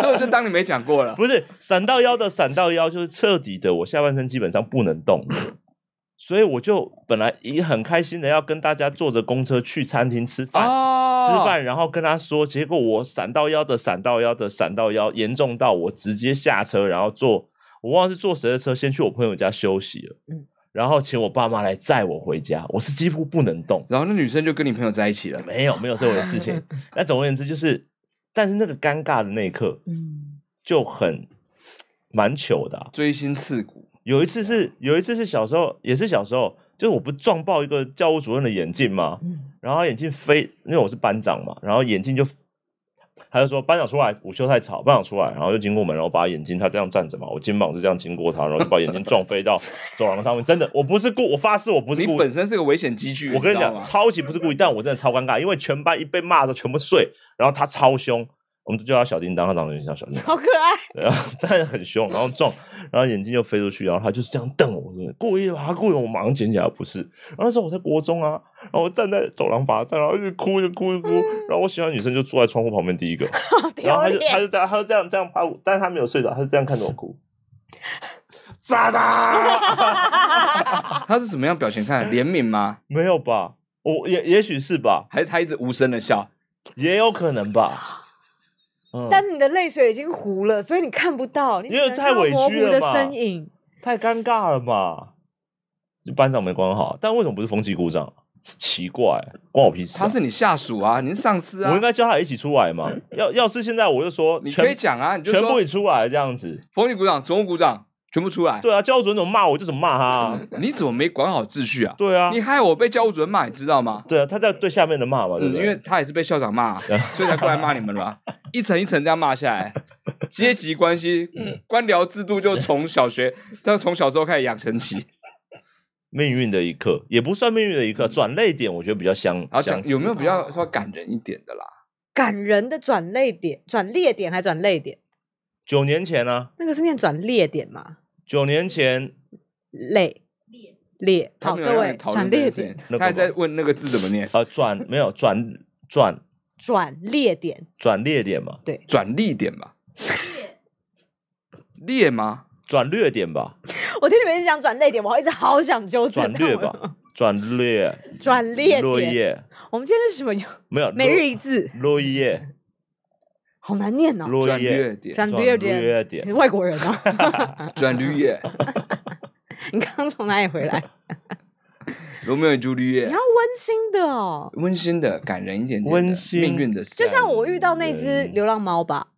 S1: 所以我就当你没讲过了。
S3: 不是闪到腰的闪到腰，就是彻底的，我下半身基本上不能动。所以我就本来也很开心的要跟大家坐着公车去餐厅吃饭，
S1: 哦，
S3: 吃饭，然后跟他说，结果我闪到腰的，闪到腰的，闪到腰，严重到我直接下车，然后坐，我忘了是坐谁的车，先去我朋友家休息了，
S2: 嗯
S3: 然后请我爸妈来载我回家，我是几乎不能动，
S1: 然后那女生就跟你朋友在一起了。
S3: 没有没有这回事情。那总而言之就是，但是那个尴尬的那一刻
S2: 嗯，
S3: 就很蛮糗的啊、
S1: 锥心刺骨，
S3: 有一次是有一次是小时候，也是小时候，就是我不撞爆一个教务主任的眼镜吗？
S2: 嗯
S3: 然后他眼镜飞，因为我是班长嘛，然后眼镜就，他就说班长出来，午休太吵，班长出来，然后就经过门，然后把眼镜他这样站着嘛，我肩膀就这样经过他，然后就把眼镜撞飞到走廊上面。真的，我不是故，我发誓我不是
S1: 你
S3: 故
S1: 本
S3: 意。
S1: 身是个危险机具。
S3: 我跟
S1: 你知
S3: 你
S1: 道
S3: 讲，
S1: 吗
S3: 超级不是故意，但我真的超尴尬，因为全班一被骂的时候全部睡，然后他超凶，我们就叫他小叮当，他长得有点像小叮当。
S2: 好可爱，
S3: 然后啊 但是很凶，然后撞，然后眼睛就飞出去，然后他就是这样瞪我，真的故意的啊吧，他故意的，我马上捡起来，不是。然后那时候我在国中啊，然后我站在走廊罚站，然后一直哭，就哭，就哭。然后我喜欢的女生就坐在窗户旁边第一 个，
S2: 好
S3: 然后
S2: 丢
S3: 他就
S2: 脸。
S3: 他就这样，他就这样这样拍我，但是他没有睡着，他就这样看着我哭。渣渣，
S1: 他是什么样表情？看怜悯吗？
S3: 没有吧？我也也许是吧，
S1: 还是他一直无声的笑？
S3: 也有可能吧。嗯，
S2: 但是你的泪水已经糊了，所以你看不到，你
S3: 因为
S2: 只能
S3: 太
S2: 看到
S3: 委
S2: 模
S3: 屈
S2: 糊
S3: 了
S2: 的
S3: 嘛
S2: 身影。
S3: 太尴尬了嘛！就班长没管好，但为什么不是风纪股长？奇怪，关我屁事啊、
S1: 他是你下属啊，你是上司
S3: 我
S1: 啊
S3: 应，该叫他一起出来嘛？要要是现在我就说，
S1: 你
S3: 全
S1: 可以讲啊，你就
S3: 全部
S1: 说
S3: 一起出来这样子。
S1: 冯女鼓掌，总务鼓掌，全部出来。
S3: 对啊，教务主任怎么骂我就怎么骂他、啊。
S1: 你怎么没管好秩序啊？
S3: 对啊
S1: 你，害我被教务主任骂，你知道吗？
S3: 对啊，他在对下面的骂嘛，对啊
S1: 嗯，
S3: 不
S1: 因
S3: 对？
S1: 为他也是被校长骂，所以才过来骂你们 了。一层一层这样骂下来，阶级关系、
S2: 嗯
S1: 官僚制度就从小学，这样从小时候开始养成起。
S3: 命运的一刻，也不算命运的一刻，转泪点我觉得比较相
S1: 然后
S3: 相
S1: 讲
S3: 似
S1: 有没有比
S2: 哦
S1: 较稍微感人一点的啦？
S2: 感人的转泪点，转裂点还转泪点，
S3: 九年前呢、啊？
S2: 那个是念转裂点吗？
S3: 九年前
S2: 泪
S4: 裂
S2: 裂，
S1: 他
S2: 好，
S1: 们
S2: 各
S1: 有让
S2: 位
S1: 你讨
S2: 转
S1: 论这
S2: 裂
S1: 件事
S2: 点，
S1: 情，
S3: 那个
S1: 他还
S3: 吗
S1: 在问那个字怎么念，
S3: 呃转没有转转
S2: 转裂点，
S3: 转裂点嘛，
S1: 转力点吧？
S4: 裂
S1: 裂吗？
S3: 转略 点吧，
S2: 我听你们一直讲转泪点，我一直好想纠正。
S3: 转略
S1: 啊
S3: 吧，转略
S2: 转裂
S3: 落
S2: 点。
S3: 叶
S2: 我们今天是 什么用？
S3: 没有
S2: 每日一字，
S3: 落叶
S2: 好难念哦。
S3: 落
S1: 转
S3: 叶
S1: 略点，
S2: 转裂
S3: 转略
S2: 点，
S3: 点
S2: 你是外国人哦？
S1: 转绿叶，
S2: 你刚刚从哪里 回来？
S1: 罗密欧与朱丽
S2: 你
S1: 叶
S2: 要，温馨的哦，
S1: 温馨的、感人一点点的，
S3: 温馨
S1: 命运的善意，啊
S2: 就像我遇到那只流浪猫吧。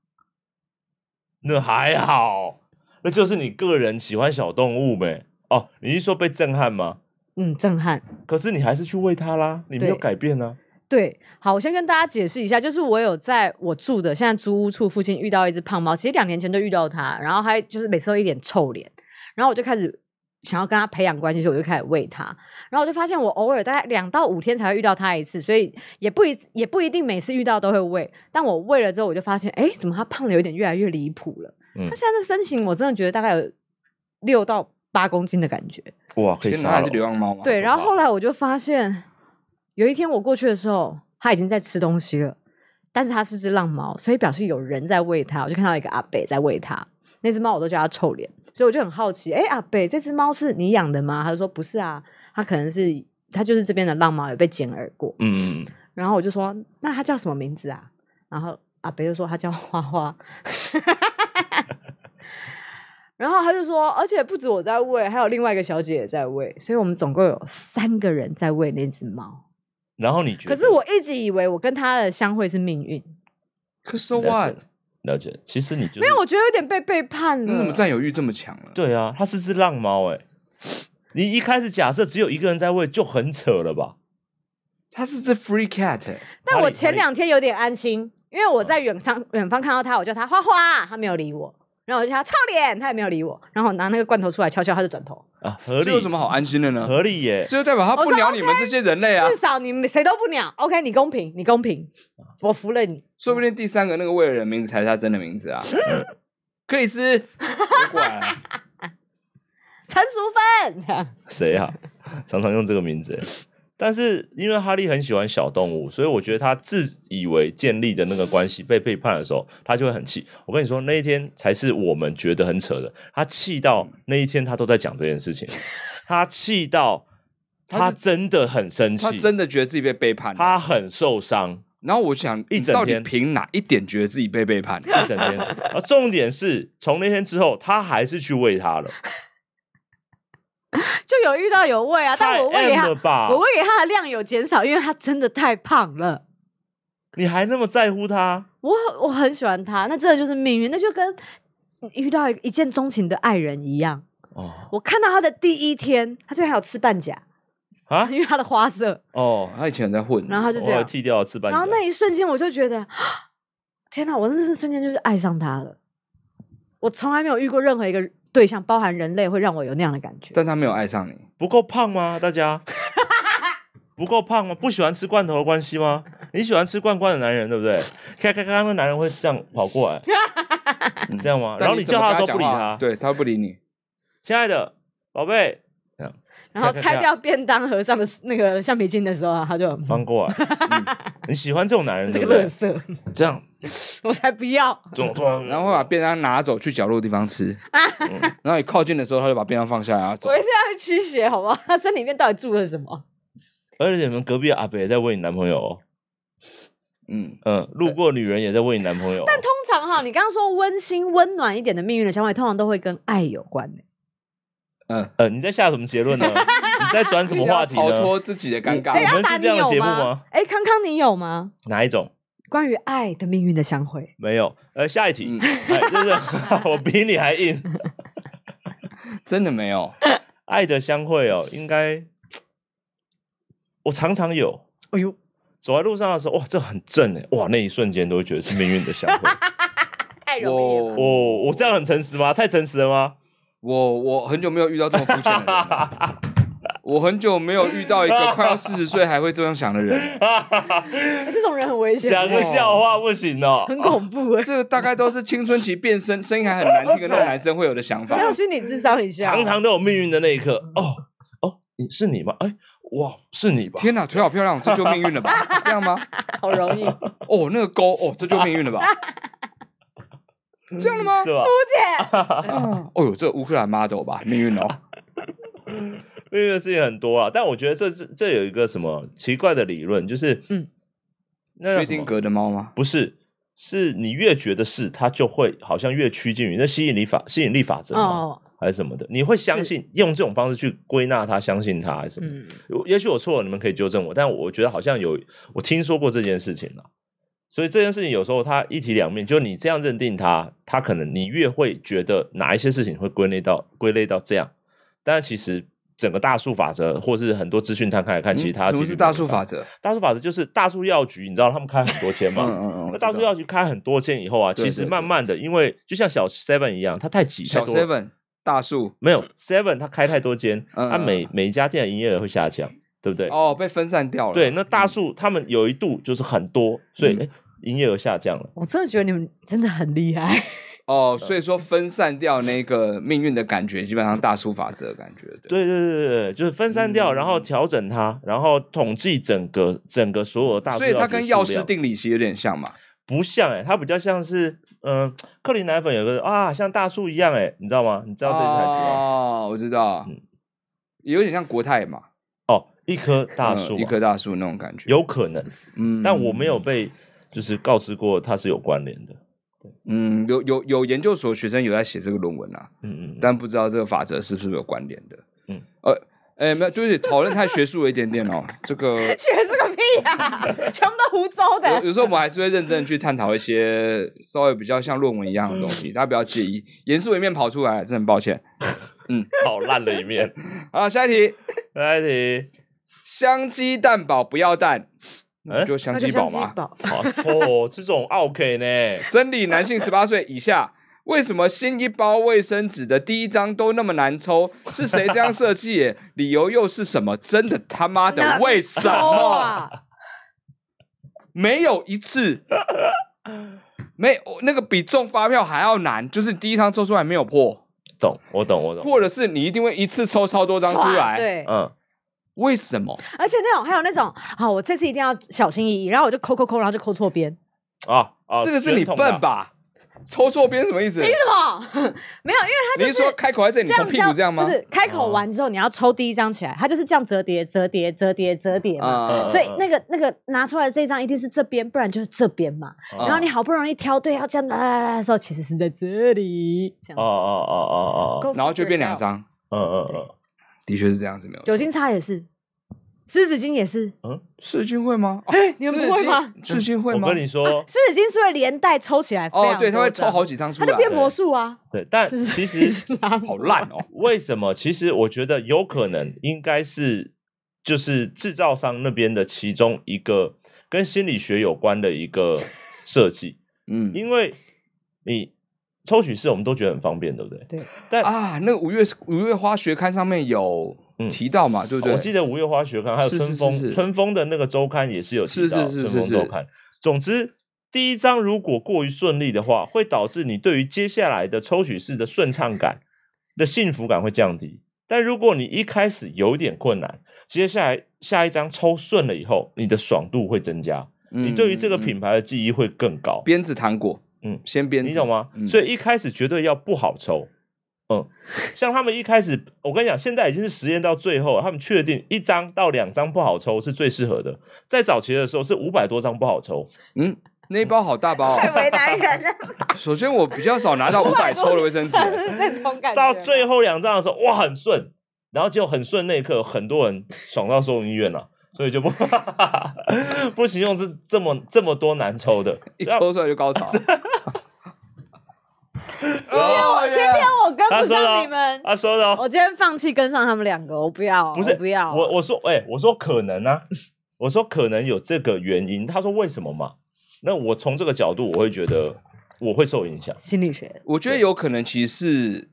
S3: 那还好，那就是你个人喜欢小动物呗。哦，你是说被震撼吗？
S2: 嗯，震撼。
S3: 可是你还是去喂它啦，你没有
S2: 对
S3: 改变啊。
S2: 对，好，我先跟大家解释一下，就是我有在我住的现在租屋处附近遇到一只胖猫，其实两年前就遇到它，然后还就是每次都一脸臭脸，然后我就开始想要跟它培养关系，所以我就开始喂它，然后我就发现我偶尔大概两到五天才会遇到它一次，所以也不一也不一定每次遇到都会喂，但我喂了之后，我就发现，哎，怎么它胖的有点越来越离谱了？
S3: 嗯
S2: 它现在的身形，我真的觉得大概有六到八公斤的感觉。
S3: 哇，可以
S1: 天哪，
S3: 杀
S1: 还是
S3: 了。
S1: 流浪猫吗？啊
S2: 对，然后
S3: 好
S2: 后来我就发现，有一天我过去的时候，它已经在吃东西了，但是它是只浪猫，所以表示有人在喂它。我就看到一个阿北在喂它，那只猫我都叫它臭脸，所以我就很好奇，哎，阿北，这只猫是你养的吗？他就说不是啊，它可能是它就是这边的浪猫，有被剪耳过。
S3: 嗯，
S2: 然后我就说，那它叫什么名字啊？然后阿北就说它叫花花。 然后他就说，而且不止我在喂，还有另外一个小姐也在喂，所以我们总共有三个人在喂那只猫。
S3: 然后你觉
S2: 可
S3: 得？
S2: 是我一直以为我跟它的相会是命运，
S1: 可 so
S3: 了
S1: what？
S3: 解了解，其实你就是
S2: 因为我觉得有点被背叛了。
S1: 你怎么占有欲这么强了？
S3: 对啊，它是只浪猫哎、你一开始假设只有一个人在喂，就很扯了吧？
S1: 它是只 free cat，欸
S2: 但
S3: 哪
S2: 我
S3: 里
S2: 前两天有点安心，因为我在远方远方看到它，我叫它花花，它没有理我。然后我就叫它臭脸，它也没有理我。然后我拿那个罐头出来敲敲，它就转头。
S3: 啊，合
S1: 这
S3: 理
S1: 有什么好安心的呢？
S3: 合理耶、
S1: 这就代表它
S2: 我
S1: 不
S2: 说
S1: 鸟你们这些人类啊
S2: 至！少你们谁都不鸟。OK，你公平，你公平，我服了你。
S1: 说不定第三个那个为了人名字才是他真的名字啊。克里斯，我管啊
S2: 陈淑芬，这样
S3: 谁啊？常常用这个名字欸、但是因为哈利很喜欢小动物，所以我觉得他自以为建立的那个关系被背叛的时候，他就会很气。我跟你说，那一天才是我们觉得很扯的。他气到那一天，他都在讲这件 事情。他气到他
S1: 他是
S3: 真的很生气
S1: 他，真的觉得自己被背叛了。
S3: 他很受伤。
S1: 然后我想，
S3: 一
S1: 你
S3: 整
S1: 到底
S3: 天
S1: 凭哪一点觉得自己被背叛？
S3: 一整 天。而重点是从那天之后，他还是去喂它了。
S2: 就有遇到有喂啊，但
S3: 太
S2: 我喂给
S3: M
S2: 他
S3: 了，吧？
S2: 我喂给他的量有减少，因为他真的太胖了。
S3: 你还那么在乎它？
S2: 我我很喜欢他，那真的就是命运，那就跟遇到一一见钟情的爱人一样。
S3: 哦
S2: 我看到他的第一天，他这边还有刺半甲，
S3: 啊
S2: 因为他的花色，
S3: 哦，
S1: 他以前有在混，
S2: 然后他就这
S3: 我还
S2: 样，
S3: 剃掉了刺半
S2: 然
S3: 甲
S2: 后。那一瞬间我就觉得，天哪！我那瞬间就是爱上他了。我从来没有遇过任何一个对象，包含人类，会让我有那样的感觉。
S1: 但他没有爱上你。
S3: 不够胖吗？大家不够胖吗？不喜欢吃罐头的关系吗？你喜欢吃罐罐的男人对不对？看看刚刚那男人会这样跑过来，你这样吗？然后
S1: 但
S3: 叫
S1: 怎么
S3: 他
S1: 跟
S3: 的时候不理
S1: 讲话
S3: 他，
S1: 对他不理你，
S3: 亲爱的宝贝，
S2: 然后
S3: 看看
S2: 拆
S3: 看
S2: 掉便当盒上的那个橡皮筋的时候啊，他就
S3: 翻过来。嗯你喜欢这种男 人
S2: 这
S3: 对
S2: 个
S3: 不
S2: 乐
S3: 对？
S2: 色，
S3: 这样，
S2: 我才不要。
S3: 这种 嗯
S1: 然后会啊把便当拿走去角落的地方吃，然后你靠近的时候，他就把便当放下来然后走
S2: 我。一定要驱邪，好不好？他身里面到底住了什么？
S3: 而且你们隔壁的阿北也在喂你男朋友哦。
S1: 嗯，
S3: 嗯，路过女人也在喂你男朋友哦。
S2: 但通常哈，你刚刚说温馨、温暖一点的命运的相会，通常都会跟爱有关的、
S1: 嗯，
S3: 呃，你在下什么结论呢？你在转什么话题
S1: 逃
S3: 呢？
S1: 脱自己的尴尬
S3: 哎呀
S2: 哎，阿
S3: 我们
S2: 达，
S3: 是
S2: 你
S3: 这样的
S2: 有
S3: 节目
S2: 吗
S3: 吗？
S2: 哎，康康，你有吗？
S3: 哪一种？
S2: 关于爱的命运的相会，
S3: 没有。呃，下一题，
S1: 嗯
S3: 哎，就是 我比你还硬。
S1: 真的没有。
S3: 爱的相会哦，应该我常常有
S2: 哎呦，
S3: 走在路上的时候，哇，这很正哎，哇，那一瞬间都会觉得是命运的相 会。
S2: 太
S1: 我
S2: 吧
S3: 哦，我这样很诚实吗？太诚实了吗？
S1: 我我很久没有遇到这么肤浅的人了，我很久没有遇到一个快要四十岁还会这样想的人了。
S2: 这种人很危险，
S3: 讲个笑话不行哦。
S2: 很恐怖哎、
S1: 这个大概都是青春期变声，声音还很难听的那种男生会有的想法
S2: 这。样心理智商一下，
S3: 常常都有命运的那一刻。哦哦，你是你吗？哎，哇，是你吧？
S1: 天哪，腿好漂亮，这就命运了吧？这样吗？
S2: 好容易。
S1: 哦，那个沟，哦，这就命 运了吧？这样的吗？
S3: 是吧？
S2: 不
S3: 嗯
S1: 啊哦呦，这乌克兰 model 吧，命运
S3: 啊
S1: 哦。
S3: 命运的事情很多啊，但我觉得这这这有一个什么奇怪的理论，就是
S2: 嗯，
S3: 那叫
S1: 薛
S3: 什
S1: 定
S3: 么
S1: 格的猫吗？
S3: 不是，是你越觉得是，它就会好像越趋近于那吸引力法吸引力法则
S2: 姐，
S3: 吗
S2: 哦，
S3: 还是什么的，你会相信用这种方式去归纳它，相信它还是什么？
S2: 嗯，
S3: 我也许我错了，你们可以纠正我，但我觉得好像有我听说过这件事情了。所以这件事情有时候它一体两面，就你这样认定它，它可能你越会觉得哪一些事情会归类到归类到这样，但是其实整个大数法则，或是很多资讯摊开来看，其实它
S1: 嗯什么
S3: 几率
S1: 是
S3: 没
S1: 大
S3: 有
S1: 数
S3: 很
S1: 法
S3: 高？
S1: 则？
S3: 大数法则就是大数药局，你知道他们开很多间 嘛？
S1: 嗯嗯嗯我
S3: 那
S1: 知
S3: 大数
S1: 道
S3: 药局开很多间以后啊，
S1: 对
S3: 其实
S1: 对
S3: 慢
S1: 对
S3: 慢的，因为就像小 Seven 一样，它太挤，太
S1: 小
S3: 多
S1: seven 大数
S3: 没有 Seven 它开太多间，它、
S1: 嗯嗯
S3: 每每一家店的营业额会下降，对不对？
S1: 哦，被分散掉了。
S3: 对，那大数他们有一度就是很多，所以、
S1: 嗯
S3: 诶营业额下降了。
S2: 我真的觉得你们真的很厉害，
S1: 哦，所以说分散掉那个命运的感觉，基本上大数法则的感觉。对
S3: 对对对对对，就是分散掉，
S1: 嗯
S3: 然后调整它，然后统计整个整个所有的大数
S1: 所以它跟药师
S3: 定。
S1: 定理其实有点像嘛。
S3: 不像哎、欸，它比较像是嗯、呃克林奶粉有个啊，像大树一样哎、欸，你知道吗？你知道这台词吗？
S1: 哦，我知道
S3: 嗯，
S1: 有点像国泰嘛，
S3: 哦，一棵大
S1: 嗯
S3: 树嘛、啊
S1: 一棵大树那种感觉。
S3: 有可能，
S1: 嗯，
S3: 但我没有被就是告知过它是有关联的。
S1: 嗯，有有有研究所学生有在写这个论文啊，
S3: 嗯嗯嗯，
S1: 但不知道这个法则是不是有关联的。
S3: 嗯
S1: 嗯，呃，哎，没有，就是讨论太学术了一点点哦。这个
S2: 学 是啊个屁啊，全部都胡诌
S1: 有
S2: 的。
S1: 有时候我们还是会认真地去探讨一些稍微比较像论文一样的东
S2: 嗯
S1: 西，大家不要介意。严肃一面跑出来，真的很抱歉。
S3: 好烂的一面。哎
S1: 好了，下一题，
S3: 来题，
S1: 香鸡蛋堡不要蛋，那
S3: 哎
S1: 不就香
S2: 那
S1: 鸡
S2: 就
S1: 堡
S2: 像
S1: 吗？
S2: 堡
S3: 好哦，这种 OK 呢？
S1: 生理男性十八岁以下，为什么新一包卫生纸的第一张都那么难抽？是谁这样设计耶？理由又是什么？真的他妈的为什
S2: 抽
S1: 么？
S2: 啊？
S1: 没有一次，没有那个比中发票还要难，就是第一张抽出来没有破，
S3: 懂，我懂，我懂。
S1: 或者是你一定会一次抽超多张出来。，
S2: 对，
S3: 嗯，
S1: 为什么？
S2: 而且那种还有那种，好，我这次一定要小心翼翼，然后我就抠抠抠，然后就抠错边。
S3: 啊啊，
S1: 这个是你
S3: 卷筒的啊
S1: 笨？吧？抽错边什么意思？
S2: 为什么？ 没有，因为他
S1: 你
S2: 就是
S1: 说开口在这里，你
S2: 这
S1: 从
S2: 样
S1: 屁股这样吗哦
S2: 不？是开口完之后，你要抽第一张起来，它就是这样折叠、折叠、折叠、折叠嘛。
S1: 啊
S2: 所以那个那个拿出来的这一张一定是这边，不然就是这边嘛。
S3: 哦
S1: 啊
S2: 然
S1: 嗯
S2: 后你好不容易挑对，要这样啦啦啦的时候，其实是在这里这样子。
S3: 哦哦哦哦哦，
S2: Go
S1: 然后就变两
S2: yourself。
S1: 张，
S3: 嗯嗯嗯，
S1: 的确是这样子，没有错。
S2: 酒精擦也是，湿纸巾也是，
S1: 世军会 吗？哦
S2: 你们不会吗？
S1: 世军会吗？
S3: 我跟你说，
S2: 湿纸巾是会连带抽起来。
S1: 哦，对，他会抽
S2: 抽
S1: 好，几张出
S2: 它
S1: 来，
S2: 就变魔术啊。
S3: 对，但
S2: 就是
S3: 其实
S1: 好烂哦。
S3: 为什么？其实我觉得有可能应该是就是制造商那边的其中一个跟心理学有关的一个设计，
S1: 嗯
S3: 因为你抽取式我们都觉得很方便，对不对？
S2: 对，
S1: 啊，那个五月五月花学刊上面有
S3: 嗯
S1: 提到嘛，对不对？
S3: 我记得五月花学刊还有
S1: 是
S3: 春
S1: 是
S3: 风
S1: 是是
S3: 春风的那个周刊也是有提到
S1: 是是是是
S3: 春风
S1: 是
S3: 周刊。总之，第一章如果过于顺利的话，会导致你对于接下来的抽取式的顺畅感的幸福感会降低。但如果你一开始有点困难，接下来下一张抽顺了以后，你的爽度会增加，
S1: 嗯
S3: 你对于这个品
S1: 嗯
S3: 牌的记忆会更高，
S1: 鞭子糖果，
S3: 嗯
S1: 嗯，先鞭子，
S3: 你懂吗？
S1: 嗯
S3: 所以一开始绝对要不好抽。嗯，像他们一开始，我跟你讲，现在已经是实验到最后了，他们确定一张到两张不好抽是最适合的。在早期的时候是五百多张不好抽，
S1: 嗯，那一包好大 包哦。
S2: 为难人了，
S1: 首先我比较少拿到五百抽的卫 生纸，
S2: 这种感
S3: 到最后两张的时候哇很顺，然后结果很顺那一刻，很多人爽到送医院了、所以就不 不行用这这么这么多难抽的。
S1: 一抽出来就高潮。 哦今天
S2: 我今天我跟
S3: 他
S2: 不
S3: 说的哦
S2: 上你们，
S3: 他说的哦，
S2: 我今天放弃跟上他们两个，我不要，
S3: 不是
S2: 我不要，
S3: 我我说，哎、我说可能啊，我说可能有这个原因。他说为什么嘛？那我从这个角度，我会觉得我会受影响。。
S2: 心理学
S1: 我觉得有可能其实是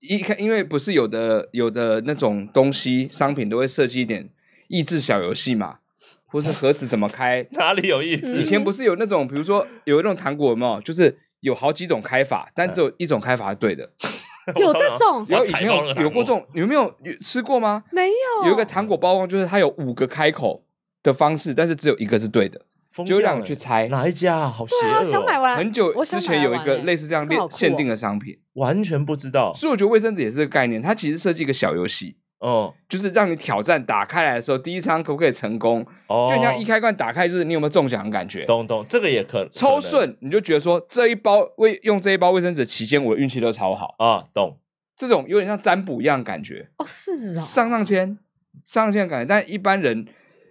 S1: 一看，因为不是有的有的那种东西商品都会设计一点益智小游戏嘛，或是盒子怎么开
S3: 哪里有意
S2: 嗯
S3: 思？
S1: 以前不是有那种，比如说有那种糖果有没有？就是有好几种开法，但只有一种开法是对的。
S3: 嗯
S2: 有这种
S1: 然后
S3: 我
S1: 以
S3: 采
S1: 前
S3: 光
S1: 有
S3: 了
S1: 有过这种，有没有有吃过吗？
S2: 没有？
S1: 有一个糖果包装，就是它有五个开口的方式，但是只有一个是对的。
S3: 疯
S1: 就
S3: 掉
S1: 让
S3: 了
S1: 你去猜
S3: 哪一家啊，好邪
S2: 对啊，
S3: 恶、
S2: 想买
S3: 哦，
S2: 完
S1: 很久
S2: 我想
S1: 之
S2: 买
S1: 前有一
S2: 完
S1: 个
S2: 欸
S1: 类似这样
S2: 这个
S1: 限
S2: 好酷哦
S1: 限定的商品，
S3: 完全不知道。
S1: 所以我觉得卫生纸也是这个概念，它其实设计一个小游戏。
S3: 哦
S1: 就是让你挑战打开来的时候，第一仓可不可以成功？
S3: 哦，
S1: 就很像一开罐打开，就是你有没有中奖的感觉。
S3: 懂懂，这个也可
S1: 抽
S3: 可能
S1: 顺你就觉得说这一包卫用这一包卫生纸期间，我的运气都超好，
S3: 啊，懂
S1: 这种有点像占卜一样的感觉，
S2: 哦，是哦，
S1: 上上签，上上签的感觉。但一般人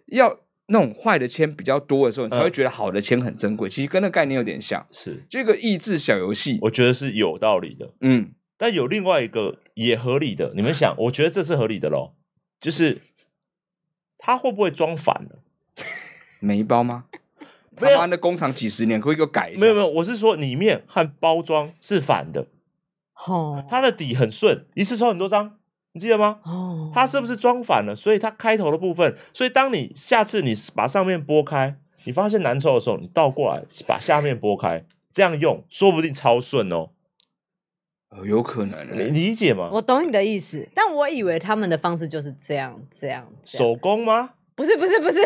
S1: 要那种坏的签比较多的时候，你才会觉得好的签很珍贵。其实跟那概念有点像，
S3: 是，
S1: 就一个益智小游戏。
S3: 我觉得是有道理的。
S1: 嗯，
S3: 但有另外一个也合理的，你们想，我觉得这是合理的咯，就是他会不会装反了？
S1: 每一包吗？
S3: 没有
S1: 他妈的工厂几十年，可不可以给我改一下？
S3: 没有没有，我是说里面和包装是反的，
S2: 哦
S3: 它的底很顺，一次抽很多张，你记得吗？
S2: 哦，
S3: 它是不是装反了？所以它开头的部分，所以当你下次你把上面拨开，你发现难抽的时候，你倒过来把下面拨开，这样用，说不定超顺哦。
S1: 呃有可能
S3: 你
S1: 欸、
S3: 理解吗？
S2: 我懂你的意思，但我以为他们的方式就是这样这样这样，
S3: 手工吗？
S2: 不是不是不是，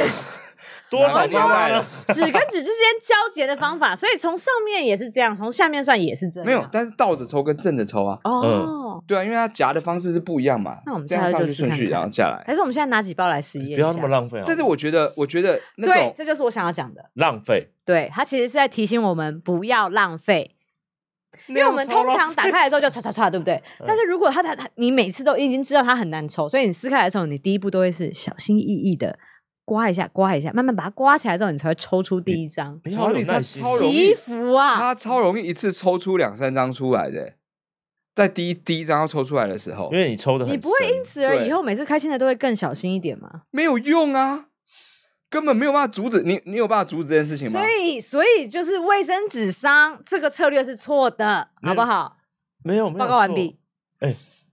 S3: 多少妈妈呢？
S2: 纸跟纸之间交结的方法，所以从上面也是这样，从下面算也是这样，
S1: 没有，但是倒着抽跟正着抽啊，
S3: 嗯
S2: 哦。
S1: 对啊，因为它夹的方式是不一样嘛。
S2: 那我们
S1: 这
S2: 下
S1: 样
S2: 次
S1: 上
S2: 就
S1: 去
S2: 试
S1: 顺
S2: 看
S1: 序，
S2: 看
S1: 然后下来。
S2: 还是我们现在拿几包来试验一
S3: 不要那么
S2: 下
S3: 浪费啊！
S1: 但是我觉得，我觉得那
S2: 对
S1: 种，
S2: 这就是我想要讲的。
S3: 浪费，
S2: 对，它其实是在提醒我们不要浪费，因为我们通常打开来之后就唰唰唰，对不 对？
S3: 嗯
S2: 但是如果它它它你每次都已经知道它很难抽，所以你撕开来的时候，你第一步都会是小心翼翼的刮一下，刮一下，慢慢把它刮起来之后，你才会抽出第一张。
S3: 你好有耐心
S1: 超容易
S2: 祈福啊！
S1: 它超容易一次抽出两三张出来的欸，在第一第一张要抽出来的时候
S3: 因，为你抽的很
S2: 你不会
S3: 深
S2: 因此而
S1: 对
S2: 以后每次开心的都会更小心一点吗？
S1: 没有用啊，根本没有办法阻止你，你有办法阻止这件事情吗
S2: 所？以，所以就是卫生纸商这个策略是错的，
S3: 嗯
S2: 好不好？
S3: 没有没有
S2: 报告完
S3: 错
S2: 毕。
S3: 哎，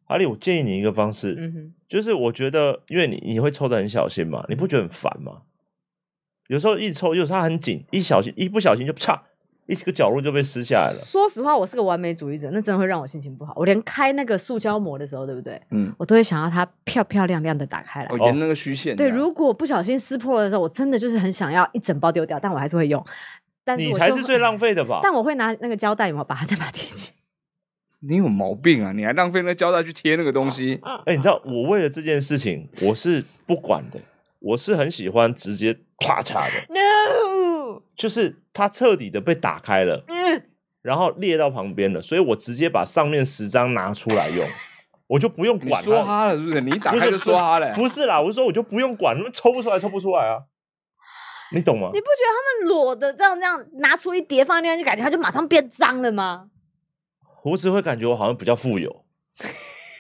S3: 阿丽，我建议你一个方式，
S2: 嗯哼，
S3: 就是我觉得，因为你你会抽的很小心嘛，你不觉得很烦吗？有时候一抽，有时候它很紧，一小心一不小心就啪，一个角落就被撕下来了。
S2: 说实话，我是个完美主义者，那真的会让我心情不好。我连开那个塑胶膜的时候，对不对？
S1: 嗯，
S2: 我都会想要它漂漂亮亮的打开来。
S1: 哦，沿那个虚线这
S2: 对，
S1: 样。
S2: 如果不小心撕破的时候，我真的就是很想要一整包丢掉，但我还是会用。但是
S3: 你
S2: 我
S3: 才
S2: 就是
S3: 最浪。费的吧？
S2: 但我会拿那个胶带，有没有把它再把它贴起来？
S1: 你有毛病啊！你还浪费那胶带去贴那个东西，
S2: 啊
S3: 哎、你知道我为了这件事情，我是不管的，我是很喜欢直接啪嚓的，
S2: No，
S3: 就是它彻底的被打开了，
S2: 嗯，
S3: 然后裂到旁边了，所以我直接把上面十张拿出来用，我就不用
S1: 你
S3: 管
S1: 说
S3: 它。
S1: 哈了是不是？你一打
S3: 不
S1: 开
S3: 是
S1: 就说哈了欸，
S3: 不是啦，我是说我就不用管，那么抽不出来，抽不出来啊，你懂吗
S2: 你？不觉得他们裸的这样这样拿出一叠放在那边，就感觉它就马上变脏了吗？
S3: 我只会感觉我好像比较 富有，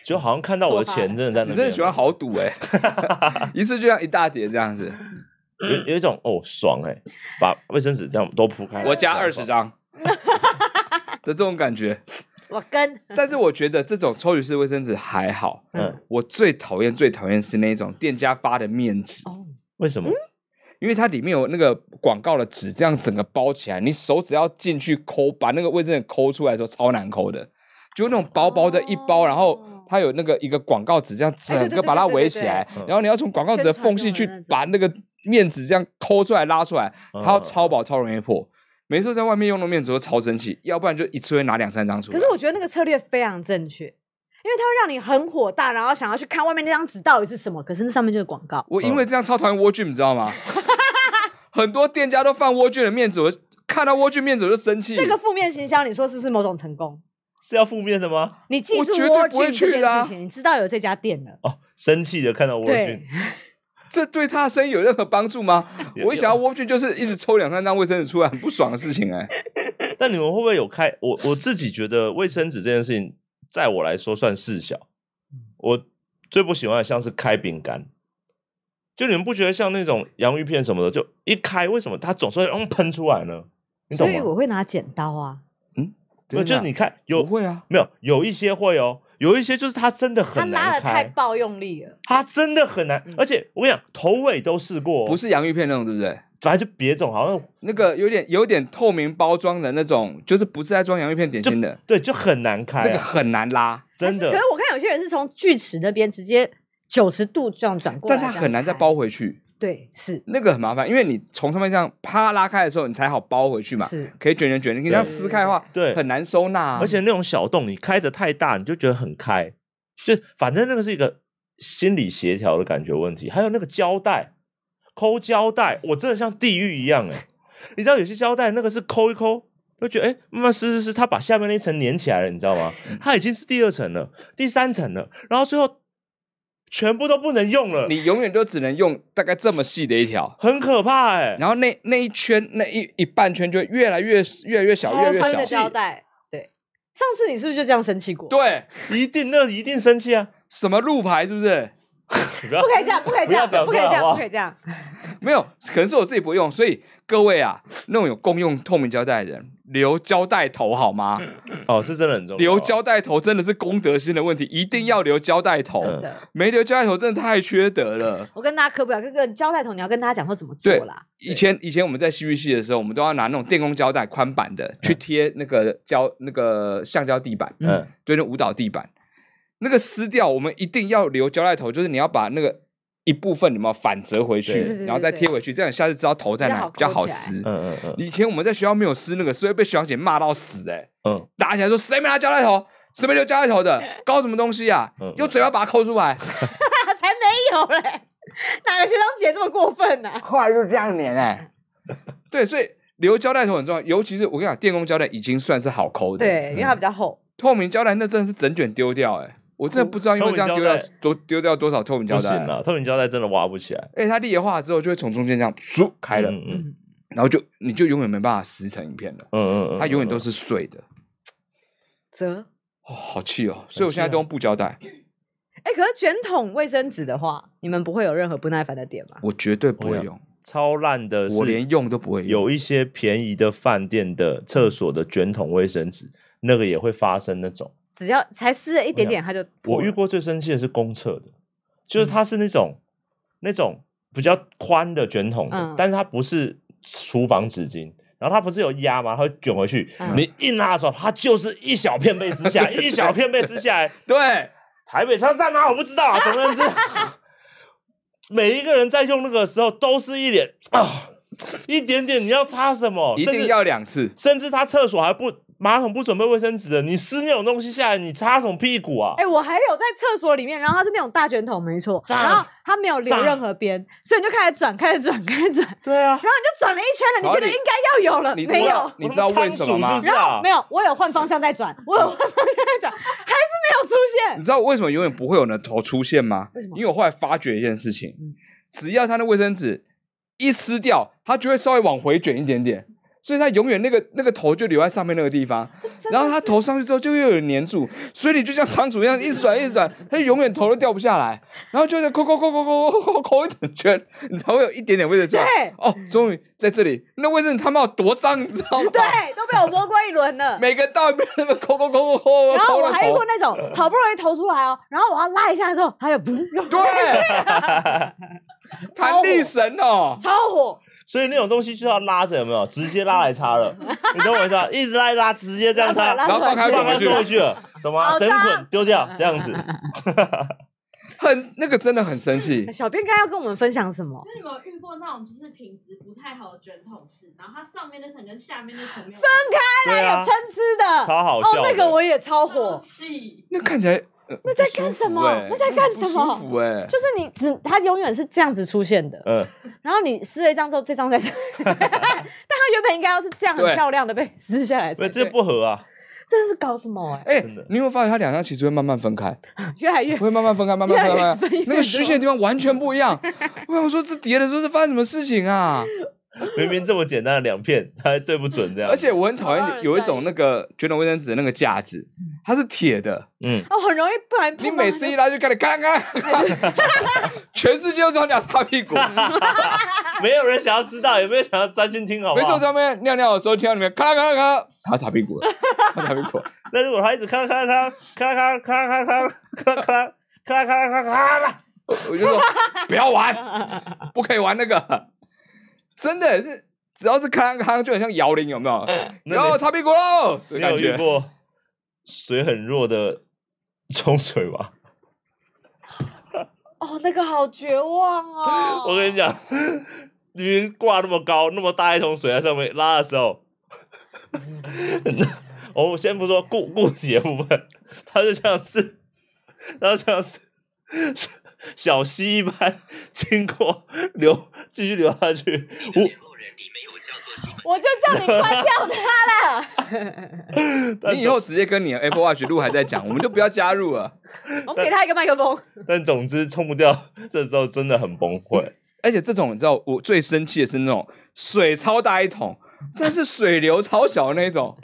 S3: 就好像看到我的钱真的在那
S1: 你
S3: 边，
S1: 真的喜欢豪赌 哎、一次就像一大叠这样子，
S3: 有有一种哦爽哎、把卫生纸这样都铺开，
S1: 我加二十， 张的这种感觉。
S2: 我跟
S1: 但是我觉得这种抽取式卫生纸还好，
S3: 嗯，
S1: 我最讨厌最讨厌是那种店家发的面纸，
S2: 哦，
S3: 为什么？
S1: 因为它里面有那个广告的纸，这样整个包起来，你手只要进去抠，把那个卫生纸抠出来的时候超难抠的，就那种薄薄的一包，
S2: 哦
S1: 然后它有那个一个广告纸这样整个把它围起来
S2: 哎，
S3: 对对对对对对
S1: 然后你要从广告纸的缝隙去把那个面纸这样抠出来拉出来，
S3: 嗯
S1: 它要超薄超容易破。每次在外面用的面纸都超生气，要不然就一次会拿两三张出来。
S2: 可是我觉得那个策略非常正确，因为它会让你很火大，然后想要去看外面那张纸到底是什么，可是那上面就是广告。
S1: 我因为这样超讨厌莴苣，你知道吗？很多店家都放莴苣的面纸，我看到莴苣面纸我就生气。
S2: 这个负面行销，你说是不是某种成功？
S3: 是要负面的吗？
S2: 你记
S1: 我
S2: 住
S1: 绝对
S2: 蜗
S1: 不会
S2: 苣
S1: 去
S2: 这件
S1: 的啊
S2: 事情，你知道有这家店了。
S3: 哦，生气的看到我
S2: 对
S3: 去，
S1: 这对他的生意有任何帮助吗？
S3: 有
S1: 我一想要 w a t 就是一直抽两三张卫生纸出来，很不爽的事情哎、
S3: 但你们会不会有开？我我自己觉得卫生纸这件事情，在我来说算事小。
S1: 嗯
S3: 我最不喜欢的像是开饼干，就你们不觉得像那种洋芋片什么的，就一开为什么它总是会嗯喷出来呢？你
S2: 所
S3: 懂
S2: 以我
S3: 吗？
S2: 会拿剪刀啊，
S3: 对就是你看有
S1: 不会啊？
S3: 没有有一些会哦，有一些就是它真的
S2: 它
S3: 很
S2: 拉
S3: 难
S2: 的太
S3: 开，
S2: 暴用力了。
S3: 它真的很难。而且我跟你讲，头尾都试过、哦
S1: 不，是洋芋片那种，对不对？
S3: 反正就别种好像
S1: 那个有点有点透明包装的那种，就是不是在装洋芋片点心的，
S3: 对，就很难开、
S1: 那个
S3: 啊，
S1: 很难拉，
S3: 真的
S2: 可是我看有些人是从锯齿那边直接九十度这样转过来，
S1: 但它
S2: 这样
S1: 很难再
S2: 开
S1: 包。回去，
S2: 对，是
S1: 那个很麻烦，因为你从上面这样啪拉开的时候，你才好包回去嘛，
S2: 是，
S1: 可以卷卷卷，你这样撕开的话，
S3: 对
S1: 很难收纳、啊，
S3: 而且那种小洞，你开的太大，你就觉得很开，就反正那个是一个心理协调的感觉问题。还有那个胶带，抠胶带，我真的像地狱一样哎、你知道有些胶带那个是抠一抠，就觉得哎、诶慢慢撕撕撕，它把下面那一层粘起来了，你知道吗？它已经是第二层了，第三层了，然后最后全部都不能用了，
S1: 你永远都只能用大概这么细的一条。
S3: 很可怕哎、
S1: 然后那那一圈那一一半圈就会越来越越来越小，
S3: 超
S1: 越来越小
S3: 生
S2: 穿
S3: 气
S2: 的，胶带，对，上次你是不是就这样生气过？
S3: 啊
S1: 对，
S3: 一定那一定生气啊！
S1: 什么路牌是不是？
S3: 不要
S2: 不可以这样，不可以这样，
S3: 不要讲
S2: 不可以这
S3: 出来好不
S2: 样，
S3: 好
S2: 不可以这样。
S1: 没有，可能是我自己不用，所以各位啊，那种有共用透明胶带的人，留胶带头好吗？
S3: 哦，是真的很重要。
S1: 留胶带头真的是公德心的问题，一定要留胶带头。
S3: 嗯
S2: 的
S1: 没留胶带头真的太缺德了。
S2: 我跟大家科普了，这个胶带头你要跟大家讲说怎么做
S1: 对
S2: 啦。
S1: 以前以前我们在戏剧系的时候，我们都要拿那种电工胶带宽版的去贴那个胶那个橡胶地板，
S3: 嗯
S1: 嗯，对，那舞蹈地板，那个撕掉，我们一定要留胶带头，就是你要把那个一部分有没有反折回去
S3: 对对
S2: 对，对
S1: 然后再贴回去，这样你下次知道头在哪
S2: 比
S1: 比
S2: 较
S1: 较好
S2: 好抠起来
S1: 撕。
S3: 嗯嗯
S1: 以前我们在学校没有撕那个，是会被学长姐骂到死哎、欸，
S3: 嗯
S1: 打起来说谁没拿胶带头，谁没留胶带头的，搞什么东西啊
S3: 嗯嗯？
S1: 用嘴巴把它抠出来。
S2: 才没有嘞，哪个学长姐这么过分啊呢、
S1: 后来就这样粘哎、对，所以留胶带头很重要，尤其是我跟你讲，电工胶带已经算是好抠的，
S2: 对，因为它比较厚，
S1: 透明胶带那真的是整卷丢掉哎、我真的不知道因为这样丢
S3: 透
S1: 掉
S3: 明胶
S1: 多丢掉多少透明
S3: 嗯，不
S1: 胶
S3: 行
S1: 带啊。
S3: 了，透明胶带真的挖不起来。
S1: 而且它裂化之后就会从中间这样嗖开了，
S3: 嗯嗯
S1: 然后就你就永远没办法撕成一片了，
S3: 嗯嗯嗯，
S1: 它永远都是碎的。
S2: 折。
S1: 哦，好气哦！所以我
S3: 啊
S1: 现在都用布胶带，
S2: 哎，可是卷筒卫生纸的话，你们不会有任何不耐烦的点吗？
S1: 我绝对不
S3: 我
S1: 会
S3: 也
S1: 用，
S3: 超烂的，
S1: 我连用都不会用。
S3: 有一些便宜的饭店的厕所的卷筒卫生纸，那个也会发生那种。
S2: 只要才撕了一点点，它就破
S3: 我
S2: 了
S3: 遇过最生气的是公厕的，就是它是那种、那种比较宽的卷筒的，
S2: 嗯
S3: 但是它不是厨房纸巾。然后它不是有压吗？它会卷回去。
S2: 嗯
S3: 你一拿的时候，它就是一小片被撕下来，一小片被撕下来。
S1: 对，
S3: 台北车站吗？我不 知道啊。总而言之，每一个人在用那个时候，都是一脸啊，一点点你要擦什么？
S1: 一
S3: 哦甚
S1: 定
S3: 至
S1: 要两次。
S3: 甚至他厕所还不马桶不准备卫生纸的，你撕那种东西下来，你擦什么屁股啊？
S2: 哎、我还有在厕所里面，然后它是那种大卷筒，没错，
S3: 炸
S2: 然后它没有留
S3: 炸
S2: 任何边，所以你就开始转，开始转，开始转，然
S3: 对啊，
S2: 后你就转了一圈了，你
S1: 然后
S2: 觉得
S1: 你
S2: 应该要有了，
S1: 你知
S2: 没有
S1: 道，你知道为什么
S3: 我
S1: 吗
S3: 们仓鼠是不？是啊
S2: 没？有，我有换方向再转， 我有换方向再转，还是没有出现
S1: 你。知道为什么永远不会有人的头出现吗？
S2: 为什么
S1: 因为我后来发觉一件事情，
S2: 嗯
S1: 只要他的卫生纸一撕掉，他就会稍微往回卷一点点，所以他永远那个那个头就留在上面那个地 方。然后他头上去之后，就又有人粘住，所以你就像仓鼠一样一直转一直转，他就永远头都掉不下来，然后就在抠抠抠抠抠抠抠抠一整圈，你才会有一点点卫生出来
S2: 对。
S1: 哦，终于在这里，那卫生纸他妈有多脏，你知道吗？
S2: 对，都被我摸过一轮 了。
S1: 每个到那边抠抠抠抠抠抠，
S2: 然后我还遇
S1: 抠了
S2: 过那种好不容易投出来哦，然后我要拉一下之后，它就嘣，又
S3: 啊
S1: 头对，弹力神哦，
S2: 超火，
S3: 所以那种东西就要拉着，有没有？直接拉来 擦了，你懂我意思吧？一直拉一拉，直接这样擦，
S2: 拉
S1: 然后放开
S3: 放
S1: 手
S3: 开
S1: 回去
S3: 收，回去了，懂吗？
S2: 好
S3: 整
S2: 脏。
S3: 捆丢掉，这样子。
S1: 很那个真的很生气
S2: 小编刚要跟我们分享什么？
S4: 那你们有遇过那种就是品质不太好的卷筒式，然后它上面那层跟下面那层没有
S3: 对
S2: 有
S3: 啊
S2: 参，差的，
S3: 超好
S2: 哦
S3: 笑，的
S2: 那个我也超火
S4: 火，气，
S1: 那看起来呃那
S2: 在干什么那在干什么
S1: 欸舒服哎，
S2: 就是你只它永远是这样子出现的，
S3: 嗯，
S2: 然后你撕了一张之后，这 张再撕，但它原本应该要是这样很
S1: 对
S2: 漂亮的被撕下来
S3: 所
S2: 才
S3: 以这
S2: 对，
S3: 不合啊。
S2: 这是搞什么哎？
S1: 哎
S3: 真的，
S1: 你有没有发现它两张其实会慢慢分开，
S2: 越来 越哦
S1: 会慢慢分开，慢 慢分开
S2: 越来越
S1: 慢慢
S2: 分
S1: 分
S2: 越
S1: 开，那个虚线的地方完全不一 样。我想说，这叠的时候是发生什么事情啊？
S3: 明明这么简单的两片，他还对不准这样。
S1: 而且，我很讨
S2: 好让人
S1: 厌有一种
S2: 在意
S1: 那个卷筒卫生纸的那个架子，它是铁的，
S3: 嗯，
S2: 哦，很容易不然
S1: 你
S2: 碰到
S1: 每
S2: 它
S1: 次
S2: 就
S1: 一拉就开始嘎啦嘎啦嘎啦，全世界都知道你要擦屁股。
S3: 没有人想要知道，也没有想要专心听，好不
S1: 没错，
S3: 好？
S1: 在外面尿尿的时候听到里面咔啦咔啦咔啦，他擦屁股 了，他擦屁股了。
S3: 那如果他一直咔咔咔咔咔咔咔咔咔咔咔咔咔咔啦，
S1: 我就 说不要玩，不可以玩那个，真的是只要是咔啷咔啷就很像摇铃，有没有？然后擦屁股喽，这
S3: 你
S1: 感
S3: 嗯有遇
S1: 觉
S3: 过水很弱的冲水吗？
S2: 哦，那个好绝望哦！
S3: 我跟你讲，你们挂那么高，那么大一桶水在上面拉的时候，我先不说固固体的部分，它就像是，它就像是小溪一般经过流，继续流下去，我
S2: 我就叫你关掉它 了。
S1: 你以后直接跟你的 Apple Watch 录还在讲，我们就不要加入了。
S2: 我们给他一个麦克风，
S3: 但总之冲不掉，这时候真的很崩溃。
S1: 而且这种你知道，我最生气的是那种水超大一桶，但是水流超小的那种。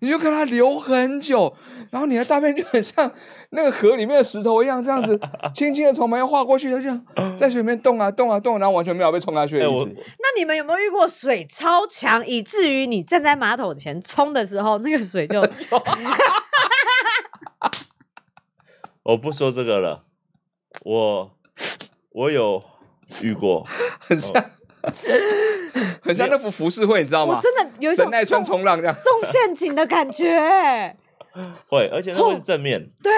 S1: 你就看它流很久，然后你的大便就很像那个河里面的石头一样，这样子轻轻的从旁边划过去，它就这样在水里面动啊动啊动，然后完全没有被冲下去的
S3: 哎
S1: 意
S3: 我
S1: 思。
S2: 那你们有没有遇过水超强，以至于你站在马桶前冲的时候，那个水 就
S3: 我不说这个了，我我有遇过，
S1: 很像，
S3: 哦
S1: 很像那幅浮世绘，你知道吗
S2: 我？真的有一种
S1: 神奈川
S2: 中
S1: 冲浪这样，
S2: 中陷阱的感觉。欸
S3: 会，而且那会是正面，
S2: 对，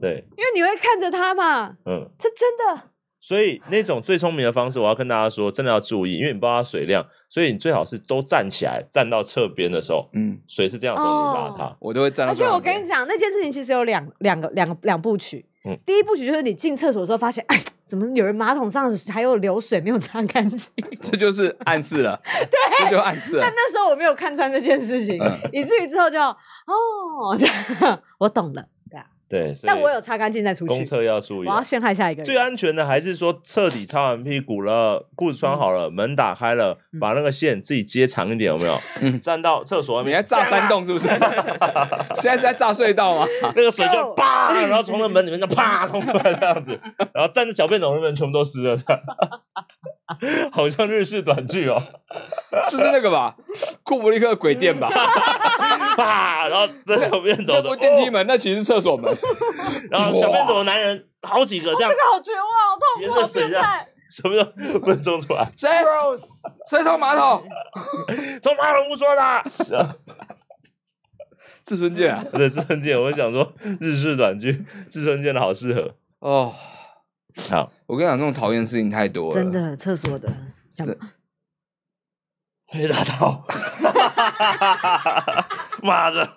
S3: 对，
S2: 因为你会看着它嘛，
S3: 嗯。
S2: 这真的
S3: 所以那种最聪明的方式，我要跟大家说，真的要注意，因为你不知道它水量，所以你最好是都站起来，站到侧边的时候，
S1: 嗯，
S3: 水是这样从你拉
S2: 哦
S3: 它。
S1: 我都会站到
S2: 而且
S1: 这样子。
S2: 我跟你讲，那件事情其实有两两个两个两部曲。
S3: 嗯
S2: 第一部曲就是你进厕所的时候发现，哎，怎么有人马桶上还有流水没有擦干净？
S1: 这就是暗示了，对，这就暗示了
S2: 但。那时候我没有看穿这件事情，
S1: 嗯
S2: 以至于之后就哦， 这样我懂了，对啊。
S3: 对，所以
S2: 但我有擦干净再出
S3: 公
S2: 去，
S3: 厕要注意
S2: 我。要陷害下一啊个人。
S3: 最安全的还是说彻底擦完屁股了，裤子穿好
S2: 嗯
S3: 了，门打开了，把那个线自己接长一点，有没有？站到厕所外
S1: 嗯你
S3: 面，
S1: 在炸山洞是不是？现在是在炸隧道吗？
S3: 那个水就
S2: 就
S3: 啪，然后从那门里面就啪冲出来这样子，然后站在小便桶那边全部都湿了，这样 好像日式短剧哦。
S1: 这是那个吧？库布里克的鬼店吧？
S3: 啪，然后在小便
S1: 那不
S3: 斗的哦
S1: 是电梯门，那其实是厕所门。
S3: 然后小便斗的男人好几个这样
S2: 这，个好绝望，好痛
S3: 沿
S2: 苦啊！
S3: 着水
S2: 现
S3: 这样
S2: 在，
S3: 小便斗不能冲出来，
S1: 谁谁冲马桶？
S3: 从马桶不说的。然后
S1: 志尊健啊！
S3: 对，志村健，我想说日式短剧，志村健的好适合。
S1: 哦，
S3: 好，
S1: 我跟你讲，这种讨厌的事情太多了。
S2: 真，的厕所的，想
S1: 这
S3: 没打到， 妈的，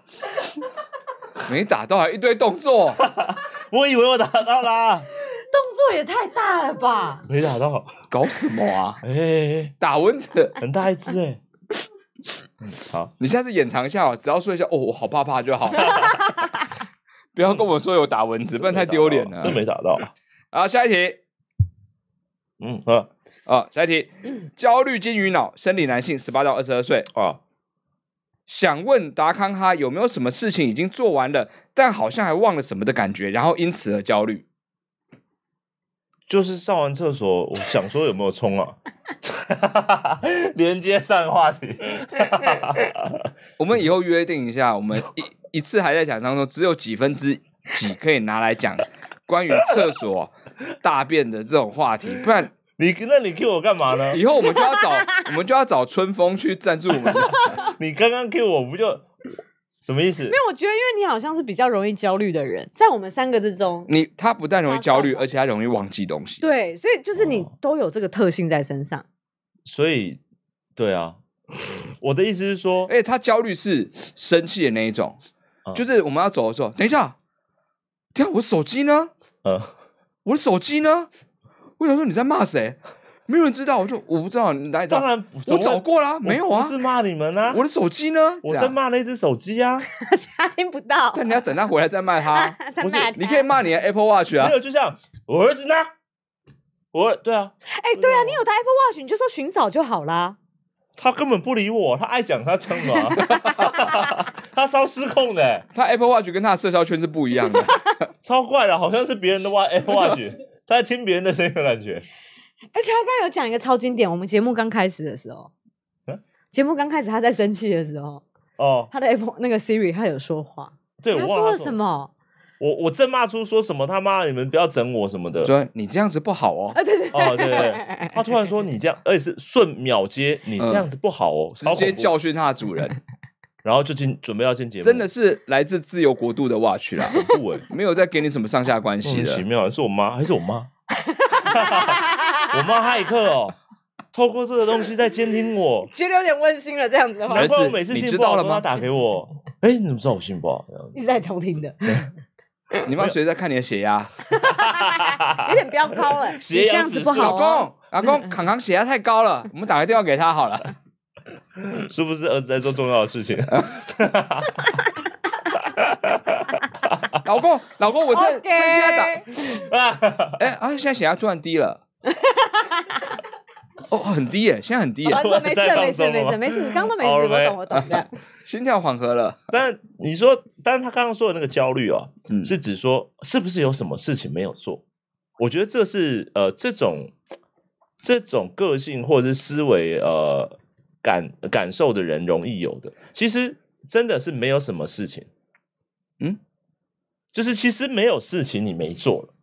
S1: 没打到还一堆动作，
S3: 我以为我打到啦，
S2: 动作也太大了吧？
S3: 没打到，
S1: 搞什么啊？
S3: 哎、哎
S1: 打蚊子
S3: 哎，很大一只哎、嗯，好，
S1: 你下次掩藏一下哦，只要说一下哦，我好怕怕就好。不要跟我说有打蚊子，不然太丢脸了。
S3: 真没打到。
S1: 好，下一题。
S3: 嗯啊
S1: 啊，下一题，焦虑金鱼脑，生理男性，十八到二十二岁。
S3: 啊，
S1: 想问达康哈有没有什么事情已经做完了，但好像还忘了什么的感觉，然后因此而焦虑？
S3: 就是上完厕所，我想说有没有冲啊？ 连接上话题，
S1: 我们以后约定一下，我们 一一次还在讲当中，只有几分之几可以拿来讲关于厕所大便的这种话题，不然
S3: 你那你 Q 我干嘛呢？
S1: 以后我们就要找 我们就要找春风去赞助我们。
S3: 你刚刚 Q 我不就什么意思？
S2: 但我觉得，因为你好像是比较容易焦虑的人，在我们三个之中，
S1: 你他不但容易焦虑，而且他容易忘记东西。
S2: 对，所以就是你都有这个特性在身上。
S3: 所以，对啊，我的意思是说，
S1: 而且他焦虑是生气的那一种，
S3: 嗯
S1: 就是我们要走的时候，等一下，等一下，我手机呢？
S3: 嗯，
S1: 我的手机呢？我想说你在骂谁？没有人知道，我说我不知道，你哪里知道？
S3: 当然
S1: 我找过啦，没有啊
S3: 不。是骂你们啊，
S1: 我的手机呢？
S3: 我
S1: 这
S3: 在
S1: 样，
S3: 骂那只手机啊，
S2: 他听不到，
S1: 但你要等他回来再骂 他。
S2: 在
S3: 不是
S2: 骂
S1: 你
S2: 他
S1: 可以骂你的 Apple Watch 啊
S3: 没，有，就像我儿子呢，我对啊，
S2: 哎，对啊，你有台 Apple Watch，你就说寻找就好啦。
S3: 他根本不理我，他爱讲他讲嘛， 他超失控的、
S1: 他 Apple Watch 跟他的社交圈是不一样 的。
S3: 超怪的，好像是别人的 watch Apple Watch，他在听别人的声音的感觉。
S2: 而且他刚刚有讲一个超经典，我们节目刚开始的时候
S3: 嗯，
S2: 节目刚开始他在生气的时候，
S3: 哦，
S2: 他的 Apple 那个 Siri 他有说话，
S3: 对，
S2: 他
S3: 我忘
S2: 说
S3: 了
S2: 了什。么？
S3: 我我正骂出说什么他妈你们不要整我什么的
S1: 我。说你这样子不好哦，
S2: 啊，对对
S3: 哦，对对，他突然说你这样，而且是瞬秒接，你这样子不好哦，
S1: 直
S3: 超恐
S1: 接
S3: 怖，
S1: 教训他的主人，
S3: 然后就进准备要进节目，
S1: 真的是来自自由国度的 Watch 啦，
S3: 恐 怖哎，
S1: 没有再给你什么上下关
S3: 莫
S1: 系
S3: 名其
S1: 的。
S3: 妙，是我妈还是我妈？ 我妈骇客哦，透过这个东西在监听 我，
S2: 觉得有点温馨了，这样子的话
S1: 儿
S3: 难
S1: 子
S3: 怪我每次
S1: 你
S3: 信
S1: 知
S3: 不好
S1: 道了
S3: 都要
S1: 吗
S3: 打给我。 哎，你怎么知道我信不好？这样子
S2: 一直在偷听 的，
S1: 你妈谁在看你的血压？
S2: 有点飙高了，
S3: 斜
S2: 你这
S3: 阳
S2: 样
S3: 指
S2: 子
S3: 数
S2: 不好
S1: 老
S2: 哦。
S1: 公，老公，康康血压太高了，我们打个电话给他好 了。
S3: 是不是儿子在做重要的事情？
S1: 老公，老公，我趁
S2: OK
S1: 趁现在打，哎啊，现在血压突然低了。 哦，很低耶，现在很低耶
S2: 完，
S3: 我
S2: 说
S3: 在
S2: 没事
S3: 放
S2: 没
S3: 松
S2: 事没
S3: 吗
S2: 事没事，你刚刚都没事，
S3: 好了
S2: 我
S3: 没
S2: 懂我懂这样。
S1: 心跳缓和了。
S3: 但你说，但是他刚刚说的那个焦虑哦，
S1: 嗯
S3: 是指说是不是有什么事情没有做？我觉得这是呃这种这种个性或者是思维呃感感受的人容易有的。其实真的是没有什么事情，
S1: 嗯，
S3: 就是其实没有事情你没做了，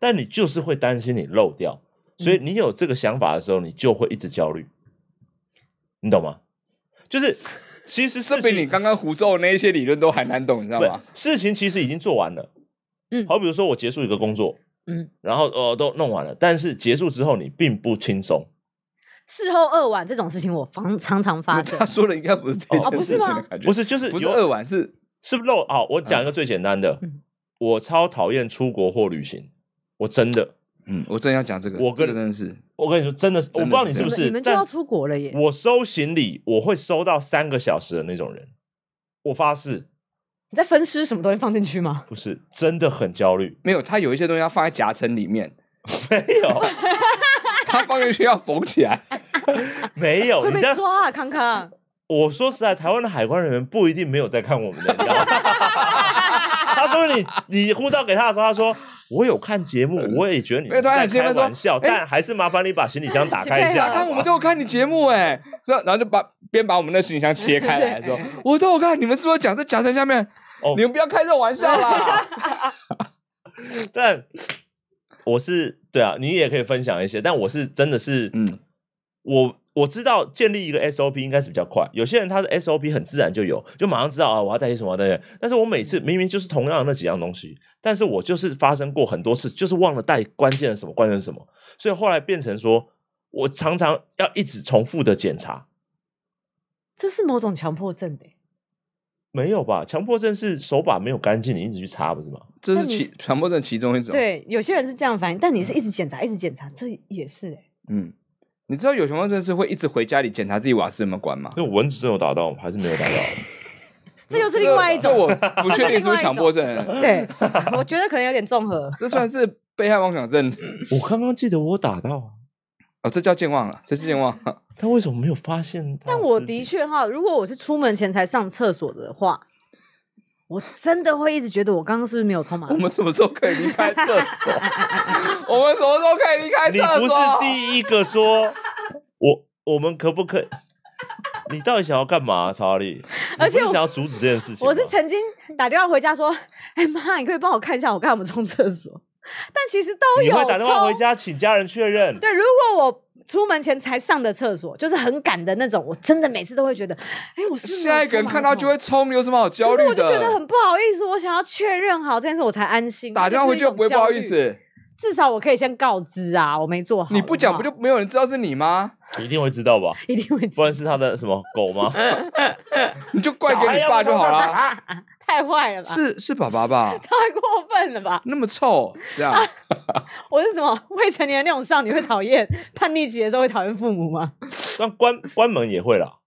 S3: 但你就是会担心你漏掉，
S1: 嗯
S3: 所以你有这个想法的时候，你就会一直焦虑，你懂吗？ 就是其实
S1: 这
S3: 事
S1: 比
S3: 情
S1: 你刚刚胡诌的那一些理论都还难懂，你知道
S3: 对，
S1: 吗？
S3: 事情其实已经做完了，
S2: 嗯
S3: 好比如说我结束一个工作，
S2: 嗯，
S3: 然后呃都弄完了，但是结束之后你并不轻松，
S2: 事后二晚这种事情我常常常发生
S1: 他，说的应该不是这
S2: 哦
S1: 件
S2: 不是
S1: 事情
S2: 吗
S1: 的感觉，
S3: 不是就是
S1: 不是
S3: 有
S1: 二晚是
S3: 是不是漏？啊好，我讲一个最简单的，
S2: 嗯
S3: 我超讨厌出国或旅行，我真的，
S1: 嗯，我真要讲这个，
S3: 我
S1: 这
S3: 跟
S1: 个真的是
S3: 我跟你说真的，我不知道 你是
S1: 这
S3: 不
S1: 样
S3: 是，
S2: 你们就
S3: 但
S2: 要出国了耶！
S3: 我收行李我会收到三个小时的那种人，我发誓
S2: 你在分尸什么东西放进去吗？
S3: 不是真的很焦虑，
S1: 没有，他有一些东西要放在夹层里面，
S3: 没有
S1: 他放进去要缝起来。
S3: 没有，
S2: 啊会
S3: 哦你
S2: 被
S3: 这样
S2: 抓啊，康康！
S3: 我说实在，台湾的海关人员不一定没有在看我们的，你知道吗？ 他说你你呼到给他的时候，他说我有看节目，我也觉得你
S1: 呃没有
S3: 们是
S1: 他
S3: 在
S1: 很兴
S3: 开
S1: 奋说
S3: 玩笑，
S1: 哎
S3: 但还是麻烦你把行李箱打开一
S2: 对
S3: 下
S2: 啊
S1: 打
S3: 好吗。
S1: 开我们都有看你节目哎，这然后就把边把我们的行李箱切开来说，我都有看，你们是不是讲在夹层下面？
S3: 哦
S1: 你们不要开这种玩笑 啦！
S3: 但我是对啊，你也可以分享一些，但我是真的是，
S1: 嗯
S3: 我我知道建立一个 SOP 应该是比较快，有些人他的 SOP 很自然就有，就马上知道啊我要带些什么，我要带些什么。但是我每次明明就是同样的那几样东西，但是我就是发生过很多次，就是忘了带关键的什么，关键是什么，所以后来变成说我常常要一直重复的检查。
S2: 这是某种强迫症的欸耶。
S3: 没有吧？强迫症是手把没有干净，你一直去擦，不是吗？
S1: 这是
S2: 那你
S1: 其传播症其中一种。，
S2: 对，有些人是这样反应，但你是一直检查，一直检查，这也是哎。
S1: 嗯，你知道有传播症是会一直回家里检查自己瓦斯有没有关吗？
S3: 那蚊子真有打到吗还是没有打到？
S2: 这又是另外一
S1: 这
S2: 种，
S1: 我不确定是不是强迫症，
S2: 对，我觉得可能有点综合。
S1: 这算是被害妄想症
S3: 我刚刚记得我有打到啊，
S1: 哦，这叫健忘了，这叫健忘。
S3: 但为什么没有发现他尸体？
S2: 但我的确哈，如果我是出门前才上厕所的话，我真的会一直觉得我刚刚是不是没有冲马
S1: 我
S2: 桶？
S1: 们什么时候可以离开厕所？ 我们什么时候可以离开
S3: 你
S1: 厕所？
S3: 不是第一 个说，我我们可不可以？你到底想要干嘛、查理？
S2: 而且
S3: 你不
S2: 我
S3: 是想要阻止这件事情吗，
S2: 我是曾经打电话回家说：“哎、妈，你可以帮我看一下我干嘛冲厕所？”但其实都
S3: 你
S2: 有
S3: 会打电话回
S2: 冲
S3: 家请家人确认。
S2: 对，如果我出门前才上的厕所，就是很赶的那种，我真的每次都会觉得，哎、我是不是没有
S1: 下一个人
S2: 冲马
S1: 看到
S2: 桶
S1: 就会冲，你有什么好焦
S2: 可
S1: 虑
S2: 是
S1: 的？
S2: 我就觉得很不好意思，我想要确认好这件事，我才安心。
S1: 打电话回去
S2: 这
S1: 又
S2: 就是
S1: 不会
S2: 一种
S1: 不好意
S2: 焦虑，
S1: 思，
S2: 至少我可以先告知啊，我没做好。
S1: 你不讲不就没有人知道是你吗？
S3: 一定会知道吧？
S2: 一定会知
S3: 不然是他的什么狗 吗？
S1: 你就怪给你爸就好了。
S2: 啦？太坏了吧！
S1: 是是爸爸吧？
S2: 太过分了吧！
S1: 那么臭，这样
S2: 我是什么未成年的那种少女会讨厌叛逆期的时候会讨厌父母吗？
S3: 那关关门也会啦，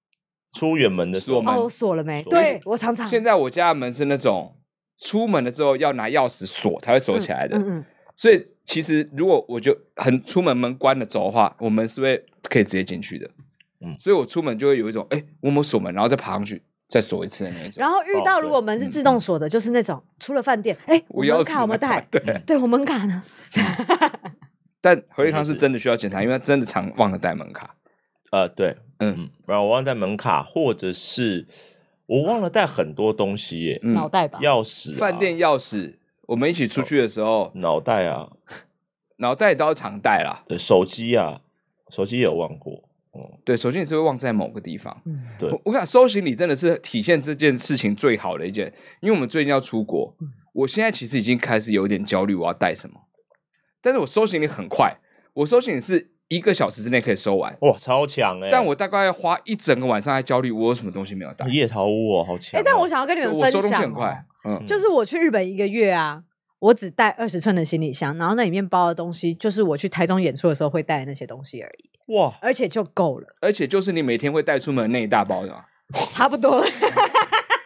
S3: 出远门的时候
S1: 嗯锁门
S2: 哦，我锁了没？
S3: 锁了
S2: 对我常常
S1: 现在我家的门是那种出门了之后要拿钥匙锁才会锁起来的，
S2: 嗯嗯，
S1: 所以其实如果我就很出门门关了走的话，我们是会可以直接进去的。
S3: 嗯
S1: 所以我出门就会有一种，哎、我有没有锁门，然后再爬上去再锁一次的那一种。
S2: 然后遇到
S3: 哦
S2: 如果门是自动锁的，就是那种出了饭店，哎，我
S1: 要
S2: 门卡有没有带？
S1: 对，
S2: 对我门卡呢？
S1: 但回力康是真的需要检查，因为他真的常忘了带门卡。
S3: 呃，对，
S1: 嗯
S3: 嗯，然后我忘了带门卡，或者是我忘了带很多东西耶，
S1: 嗯
S2: 脑袋吧，
S3: 钥匙、啊、
S1: 饭店钥匙，我们一起出去的时候，
S3: 脑袋啊，
S1: 脑袋都要常带啦。
S3: 对，手机啊，手机也有忘过，嗯，
S1: 对，手机也是会忘在某个地方。
S2: 嗯
S3: 对
S1: 我我跟你讲收行李真的是体现这件事情最好的一件，因为我们最近要出国，
S2: 嗯
S1: 我现在其实已经开始有点焦虑，我要带什么。但是我收行李很快，我收行李是一个小时之内可以收完，
S3: 哇，超强哎、
S1: 但我大概要花一整个晚上在焦虑我有什么东西没有带。
S3: 夜逃屋哦，好强、
S2: 哎
S3: 哦，
S2: 但我想要跟你们
S1: 我
S2: 分
S1: 收
S2: 享，哦
S1: 东西很快，，嗯，
S2: 就是我去日本一个月啊，我只带二十寸的行李箱，然后那里面包的东西就是我去台中演出的时候会带的那些东西而已，
S3: 哇，
S2: 而且就够了，
S1: 而且就是你每天会带出门那一大包的嘛，
S2: 差不多了。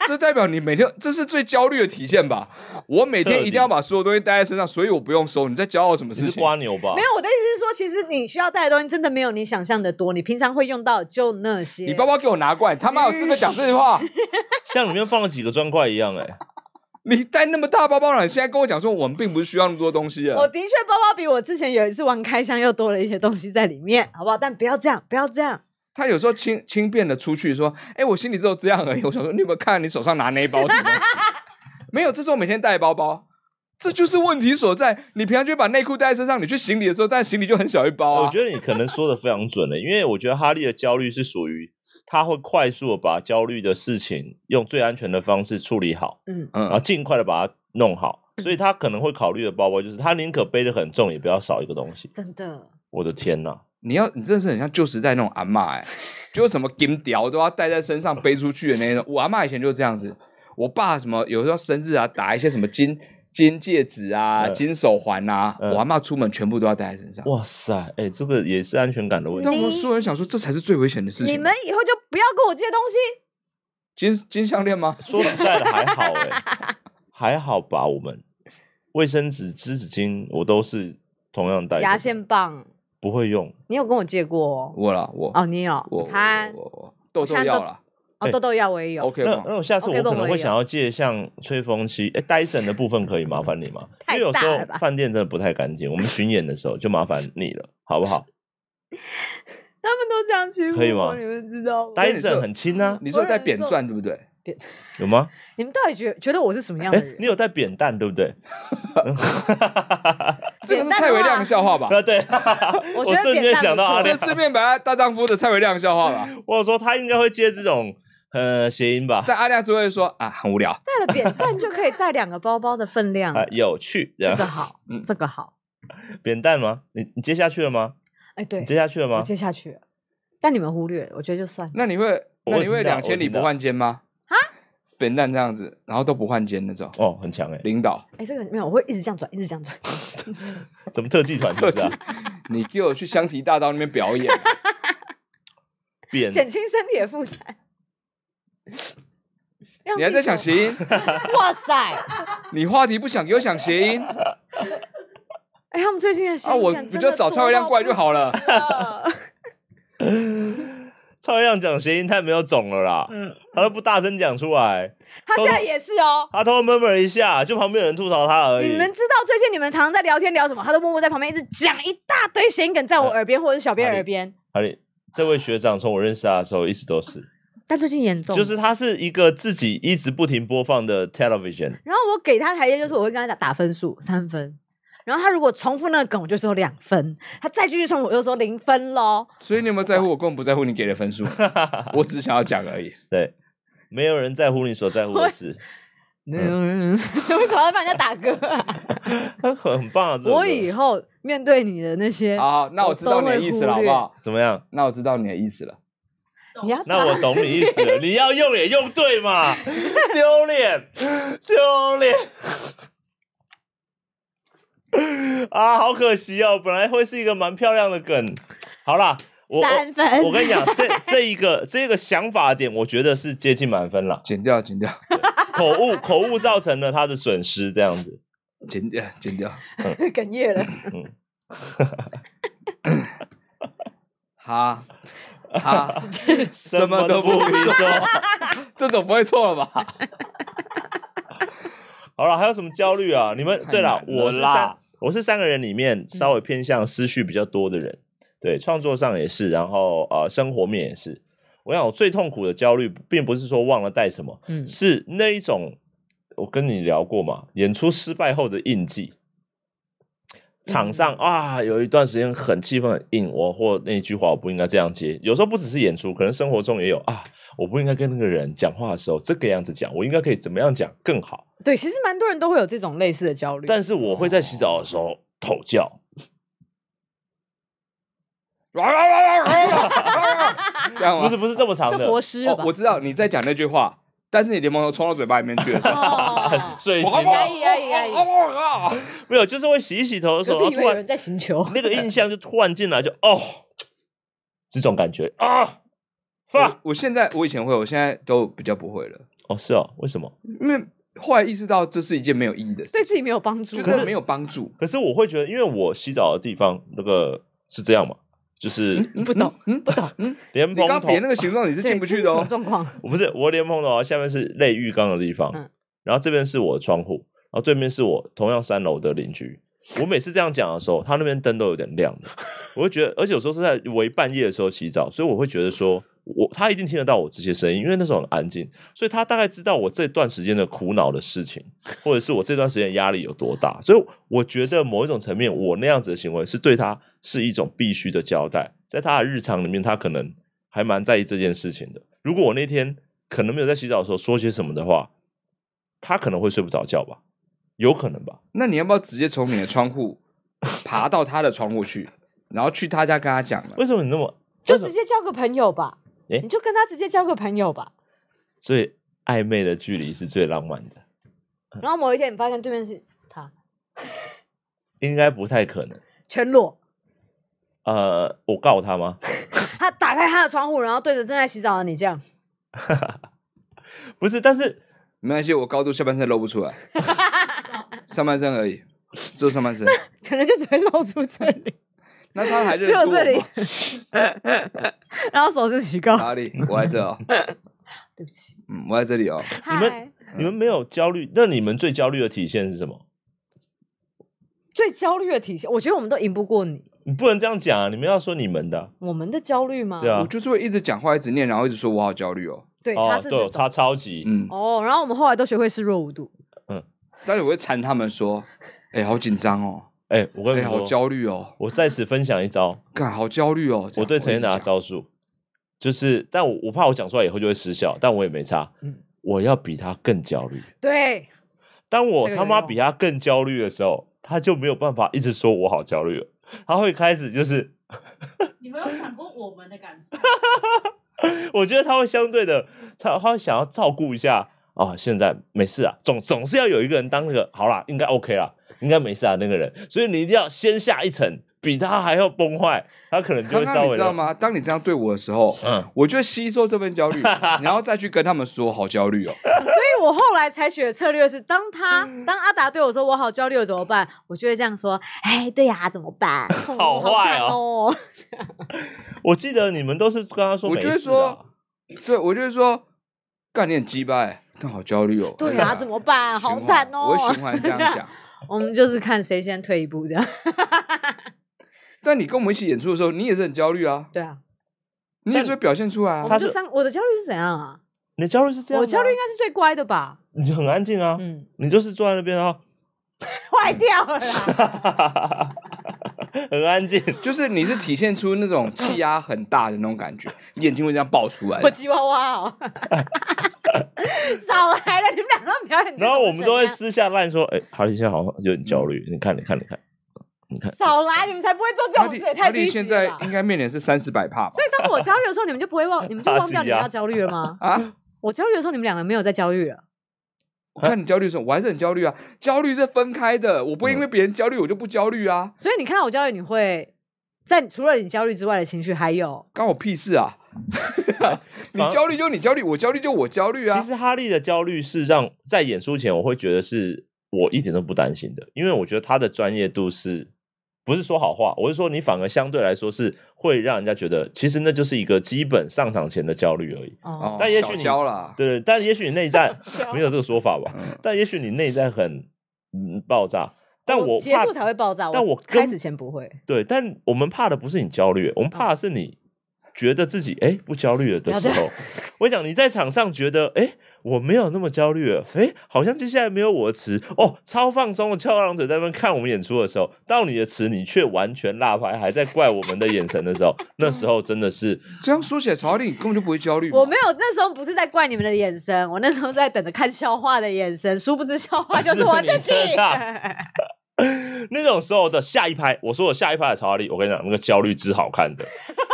S1: 这代表你每天这是最焦虑的体现吧？我每天一定要把所有东西带在身上，所以我不用收。你在骄傲什么
S3: 你
S1: 事
S3: 是
S1: 情？
S3: 瓜牛吧？
S2: 没有，我的意思是说，说，其实你需要带的东西真的没有你想象的多，你平常会用到就那些。
S1: 你包包给我拿过来，他妈有资格讲这句话？
S3: 像里面放了几个砖块一样、欸， 哎，
S1: 你带那么大包包了，你现在跟我讲说我们并不是需要那么多东西
S2: 我
S1: 了。
S2: 的确包包比我之前有一次玩开箱又多了一些东西在里面，好不好？但不要这样，不要这样。
S1: 他有时候轻轻便的出去说：“哎、我行李只有这样而已。”我想说，你有没有看你手上拿那一包什么？ 没有，这是我每天带的包包，这就是问题所在。你平常就会把内裤带在身上，你去行李的时候，但行李就很小一
S2: 哦
S1: 包啊。
S3: 我觉得你可能说的非常准了、欸因为我觉得哈利的焦虑是属于他会快速的把焦虑的事情用最安全的方式处理好，
S2: 嗯，
S3: 然后
S1: 嗯，
S3: 尽快的把它弄好。所以他可能会考虑的包包就是他宁可背的很重，也不要少一个东西。
S2: 真的，
S3: 我的天呐！
S1: 你要你真的是很像旧时代那种阿嬷哎、就是什么金条都要带在身上背出去的那种。我阿嬷以前就是这样子，我爸什么有时候生日啊，打一些什么金金戒指啊、
S3: 嗯
S1: 金手环啊，
S3: 嗯
S1: 我阿嬷出门全部都要带在身上。
S3: 哇塞，哎、这个也是安全感的问
S1: 但
S3: 题。
S1: 我所有人想说，这才是最危险的事情。
S2: 你们以后就不要跟我借东西。
S1: 金金项链吗？
S3: 说实在的，还好哎、 还好吧。我们卫生纸、湿纸巾我都是同样带着，
S2: 牙线棒，
S3: 不会用。
S2: 你有跟我借过哦？
S1: 我啦，我
S2: 哦，你有
S1: 我
S2: 看
S1: 我我豆豆
S2: 像
S1: 药
S2: 豆
S1: 啦
S2: 哦，
S3: 哎
S2: 痘痘药我也有，
S1: ，OK
S3: 那
S1: 吗？
S3: 那我下次
S2: OK
S3: 我
S2: 吧
S3: 可能
S2: 我
S3: 会
S2: 也
S3: 想要借像吹风机，哎、戴森的部分可以麻烦你吗？因
S2: 太
S3: 为有时
S2: 大
S3: 候
S2: 了吧
S3: 饭店真的不太干净，我们巡演的时候就麻烦你 了，好不好？
S2: 他们都这样欺负
S3: 可以吗
S2: 我，你们知道吗
S1: 呆？
S3: 戴
S1: 跟你说
S3: 森很轻啊，
S1: 你说带扁
S2: 我忍
S1: 钻对不对？
S3: 有吗？
S2: 你们到底觉觉得我是什么样
S3: 哎、
S2: 的人？
S3: 你有带扁担对不对？
S1: 这个
S2: 扁
S1: 是
S2: 担
S1: 蔡
S2: 的
S1: 维
S2: 话
S1: 亮的笑话吧？
S3: 啊，对，
S2: 我
S3: 我
S2: 觉得
S3: 瞬
S2: 扁
S3: 间
S2: 担
S3: 想
S2: 不
S3: 到
S2: 错
S3: 阿
S1: 这
S3: 亮，
S1: 四面白大丈夫的蔡维亮笑 话吧？
S3: 我有说他应该会接这种呃谐音吧，
S1: 但阿亮只会说啊，很无聊。
S2: 带了扁担就可以带两个包包的分量
S3: 啊、，有趣，这
S2: 这
S3: 样
S2: 个好，
S3: 嗯
S2: 这个好。
S3: 扁担吗？你你接下去了吗？
S2: 哎，对
S3: 你，接下去了
S2: 我
S3: 吗？
S2: 接下去了，但你们忽略，我觉得就算了。
S1: 那你会
S3: 我
S1: 那你会
S3: 听到
S1: 两千里
S3: 我听
S1: 不
S3: 到
S1: 换肩吗？啊？扁担这样子，然后都不换肩那种。
S3: 哦，很强哎，
S1: 领导，
S2: 哎，这个没有，我会一直这样转，一直这样转。
S3: 嗯什么特技团就是啊，
S1: 你给我去香堤大道那边表 演，
S3: 扁
S2: 减轻身体的负担。让
S1: 你还在
S2: 地球
S1: 想？谐音？
S2: 哇塞！
S1: 你话题不想给我想谐音啊？
S2: 哎，他们最近的新
S1: 我
S2: 感
S1: 不
S2: 真
S1: 就
S2: 的
S1: 找
S2: 多
S1: 蔡维亮
S2: 到
S1: 过来
S2: 不
S1: 就好了。
S2: 行了。
S3: 超亮讲谐音太没有种了啦，
S2: 嗯，
S3: 他都不大声讲出来，
S2: 他现在也是哦。
S3: 他偷偷 murmur 一下，就旁边有人吐槽他而
S2: 你
S3: 已。
S2: 们知道最近你们常常在聊天聊什么？他都默默在旁边一直讲一大堆谐音梗在我耳边或者是小编
S3: 哪里
S2: 耳边，
S3: 好嘞，这位学长从我认识他的时候一直都是，
S2: 但最近严重。
S3: 就是他是一个自己一直不停播放的 television，
S2: 然后我给他台阶就是我会跟他打打分数三分，然后他如果重复那个梗，我就说两分；他再继续重复，我就说零分 喽。
S1: 所以你有没有在乎我？根本不在乎你给的分数，我只是想要讲而已。
S3: 对，没有人在乎你所在乎的事，
S2: 没有人，为 什么要帮人家打歌啊？
S3: 很很棒啊！这首歌
S2: 我以后面对你的那些，
S1: 好，那我知道你的意思了，好不好？
S3: 怎么样？
S1: 那我知道你的意思了。
S4: 懂
S2: 你要
S3: 那我懂你意 思了，你要用也用对嘛，丢脸，丢脸。 啊，好可惜哦，本来会是一个蛮漂亮的梗。好啦，我
S2: 三分
S3: 我我跟你讲，这这一个这个想法点，我觉得是接近满分啦。
S1: 剪掉，剪掉，
S3: 口误口误造成了他的损失，这样子。
S1: 剪掉，剪掉。
S2: 哽咽了。
S1: 哈哈，什么都不
S3: 什
S1: 必
S3: 么都
S1: 说， 这种不会错了吧？
S3: 好了，还有什么焦虑啊？你们
S1: 太
S3: 对啦
S1: 难，了
S3: 我是
S1: 啦
S3: 三，我是三个人里面稍微偏向思绪比较多的人，对，创作上也是，然后呃，生活面也是。我想我最痛苦的焦虑，并不是说忘了带什么，
S2: 嗯
S3: 是那一种，我跟你聊过嘛，演出失败后的印记。场上啊，有一段时间很气氛很硬，我或那一句话我不应该这样接。有时候不只是演出，可能生活中也有啊，我不应该跟那个人讲话的时候这个样子讲，我应该可以怎么样讲更好。
S2: 对，其实蛮多人都会有这种类似的焦虑。
S3: 但是我会在洗澡的时候吼叫，
S1: 这样吗？
S3: 不是不是这么长
S2: 这
S3: 的，
S2: 活尸了
S1: 哦
S2: 吧？，
S1: 我知道你在讲那句话，但是你连毛头冲到嘴巴里面去了。
S2: 哦
S3: 睡醒
S1: 哇
S2: 哎呀哎呀哎
S3: 哦
S1: 哇
S3: 没有，就是会洗一洗头的时
S2: 隔
S3: 候，然
S2: 壁
S3: 后
S2: 以为有
S3: 突然
S2: 人在行球，
S3: 那个印象就突然进来就，哦，这种感觉啊，
S1: 我
S3: 发
S1: 我现在我以前会，我现在都比较不会了，
S3: 哦是哦，为什么？
S1: 因为后来意识到这是一件没有意义的事
S2: 对，自己没有帮助。
S1: 就真的没有帮助。
S3: 可是我会觉得，因为我洗澡的地方那个是这样吗？就是
S2: 嗯不懂，不懂，嗯
S3: 莲
S1: 你
S3: 蓬
S1: 刚
S3: 头
S1: 比那个形状你是
S2: 对
S1: 进不
S2: 这
S1: 去
S2: 是
S1: 的
S2: 什
S1: 哦
S2: 么。状况？
S3: 我不是我莲蓬头啊，下面是类浴缸的地方，
S2: 嗯
S3: 然后这边是我的窗户，然后对面是我同样三楼的邻居。我每次这样讲的时候，他那边灯都有点亮的，我会觉得，而且有时候是在为半夜的时候洗澡，所以我会觉得说，我他一定听得到我这些声音，因为那时候很安静，所以他大概知道我这段时间的苦恼的事情，或者是我这段时间压力有多大，所以我觉得某一种层面，我那样子的行为是对他是一种必须的交代，在他的日常里面，他可能还蛮在意这件事情的。如果我那天可能没有在洗澡的时候说些什么的话，他可能会睡不着觉吧，有可能吧。
S1: 那你要不要直接从你的窗户爬到他的窗户去，然后去他家跟他讲了？
S3: 为什么你那么
S2: 就
S3: 为什
S2: 直
S3: 么
S2: 接交个朋友吧，
S3: 诶
S2: 你就跟他直接交个朋友吧。
S3: 最暧昧的距离是最浪漫的？
S2: 然后某一天你发现对面是他，
S3: 应该不太可能。
S2: 全裸，
S3: 呃，我告他吗？
S2: 他打开他的窗户，然后对着正在洗澡的你这样，
S3: 不是，但是
S1: 没关系，我高度下半身露不 出来，上半身而已，只有上半身。
S2: 可能就只会露出这里，
S1: 那他还认
S2: 只
S1: 出我
S2: 有这里
S1: 吗？，
S2: 然后手是举高。
S1: 哪里？我在这哦，
S2: 对不起，
S1: 嗯，我在这里哦。
S3: 你们你们没有焦虑，那你们最焦虑的体现是什么？
S2: 最焦虑的体现，我觉得我们都赢不过你。
S3: 你不能这样讲啊！你们要说你们的啊，
S2: 我们的焦虑吗？
S3: 对啊
S1: 我，就是会一直讲话，一直念，然后一直说我好焦虑哦。
S2: 对他
S3: 哦，
S2: 是
S3: 对，我
S2: 这种
S3: 差超级，
S1: 嗯，
S2: 哦，然后我们后来都学会视若无睹。
S1: 但是我会缠他们说，哎、好紧张哦，
S3: 哎，我跟
S1: 哎、
S3: 你
S1: 好
S3: 们说，
S1: 焦虑哦，
S3: 我在此分享一招，
S1: 干，好焦虑哦。这
S3: 我
S1: 样
S3: 对陈建达的
S1: 一直讲
S3: 招数，就是，但我我怕我讲出来以后就会失效，但我也没差。
S2: 嗯
S3: 我要比他更焦虑。
S2: 对，
S3: 当我
S2: 这个
S3: 他
S2: 有
S3: 妈
S2: 用
S3: 比他更焦虑的时候，他就没有办法一直说我好焦虑了，他会开始
S1: 嗯
S3: 就是，
S4: 你们有想过我们的感受？
S3: 我觉得他会相对的，他他会想要照顾一下啊、现在没事啊，总总是要有一个人当那个好啦，应该 OK 啦，应该没事啊那个人，所以你一定要先下一层，比他还要崩坏，他可能就
S1: 刚
S3: 会稍
S1: 刚你
S3: 微
S1: 知道
S3: 的。
S1: 吗？当你这样对我的时 候，
S3: 嗯，
S1: 我就吸收这份焦虑，然后再去跟他们说好焦虑哦。
S2: 所以我后来采取的策略是，当他
S3: 嗯
S2: 当阿达对我说我好焦虑了怎么办，我就会这样说，哎，对呀、怎么 办？哦
S3: 好坏
S2: 惨
S3: 哦
S2: 哦，
S3: 我记得你们都是跟他说
S1: 我
S3: 没
S1: 就会
S3: 事啊
S1: 说，对，我就会说，干你很鸡巴哎，但好焦虑哦。
S2: 对呀、怎么办？
S1: 循
S2: 好
S1: 环
S2: 惨哦
S1: 我。会循环这样讲。
S2: 我们就是看谁先退一步这样。
S1: 但你跟我们一起演出的时候，你也是很焦虑啊，
S2: 对啊，
S1: 你也是会表现出来
S2: 我
S1: 啊。
S2: 们
S3: 他
S2: 就是三我的焦虑是怎样啊？
S3: 你的焦虑是这样
S2: 我
S3: 吗，
S2: 焦虑应该是最乖的吧？
S3: 你就很安静啊，
S2: 嗯，
S3: 你就是坐在那 边啊，
S2: 坏掉了 啦。
S3: 很安静。
S1: 就是你是体现出那种气压很大的那种感 觉，眼睛会这样爆出来的。
S2: 我吉娃娃 哦，少来了，你们两个表演这种怎样。
S3: 然后我们都会私下乱说，哎、哈利现在好像有点焦
S2: 嗯
S3: 虑，你看，你看，你看，
S2: 少来，你们才不会做这
S1: 哈
S2: 种
S1: 利
S2: 事，也
S1: 哈
S2: 太
S1: 利
S2: 低级
S1: 现
S2: 了
S1: 在
S2: 吧。
S1: 应该面临是三四百帕吧？
S2: 所以当我焦虑的时候，你们就不会忘，你们就忘掉你们要焦虑了吗？
S1: 啊，
S2: 我焦虑的时候，你们两个没有在焦虑了。
S1: 我看你焦虑的时候，我还是很焦虑啊。焦虑是分开的，我不会因为别人焦虑我就不焦虑啊，
S2: 所以你看到我焦虑，你会在除了你焦虑之外的情绪，还有
S1: 关我屁事 啊！你
S3: 反而
S1: 焦虑就你焦虑，我焦虑就我焦虑啊
S3: 其。实哈利的焦虑是让在演出前，我会觉得是我一点都不担心的，因为我觉得他的专业度是不是说好话，我是说你反而相对来说是会让人家觉得，其实那就是一个基本上场前的焦虑而已。
S1: 哦
S2: 哦，
S3: 但也许你
S1: 小焦啦，
S3: 对对，但也许你 内在
S2: 小
S3: 没有这个说法吧
S1: 嗯，
S3: 但也许你内在很、嗯、爆炸，但我
S2: 哦结
S3: 怕
S2: 束才会爆炸，
S3: 但我
S2: 我
S3: 根
S2: 开始前不会。
S3: 对，但我们怕的不是你焦虑，我们怕的是你觉得自己哎不焦虑了的
S2: 不要
S3: 时
S2: 这
S3: 候
S2: 样。
S3: 我跟你讲你在场上觉得哎我没有那么焦虑了，哎好像接下来没有我的词哦，超放松的翘二郎腿在那边看我们演出的时候，到你的词你却完全落拍，还在怪我们的眼神的时候，那时候真的是
S1: 这样说起来，曹丽你根本就不会焦虑嘛。
S2: 我没有，那时候不是在怪你们的眼神，我那时候在等着看笑话的眼神，殊不知笑话就是我自 己
S3: 啊是。你身上那种时候的下一拍，我说我下一拍的曹阿丽，我跟你讲，那个焦虑之 好看的，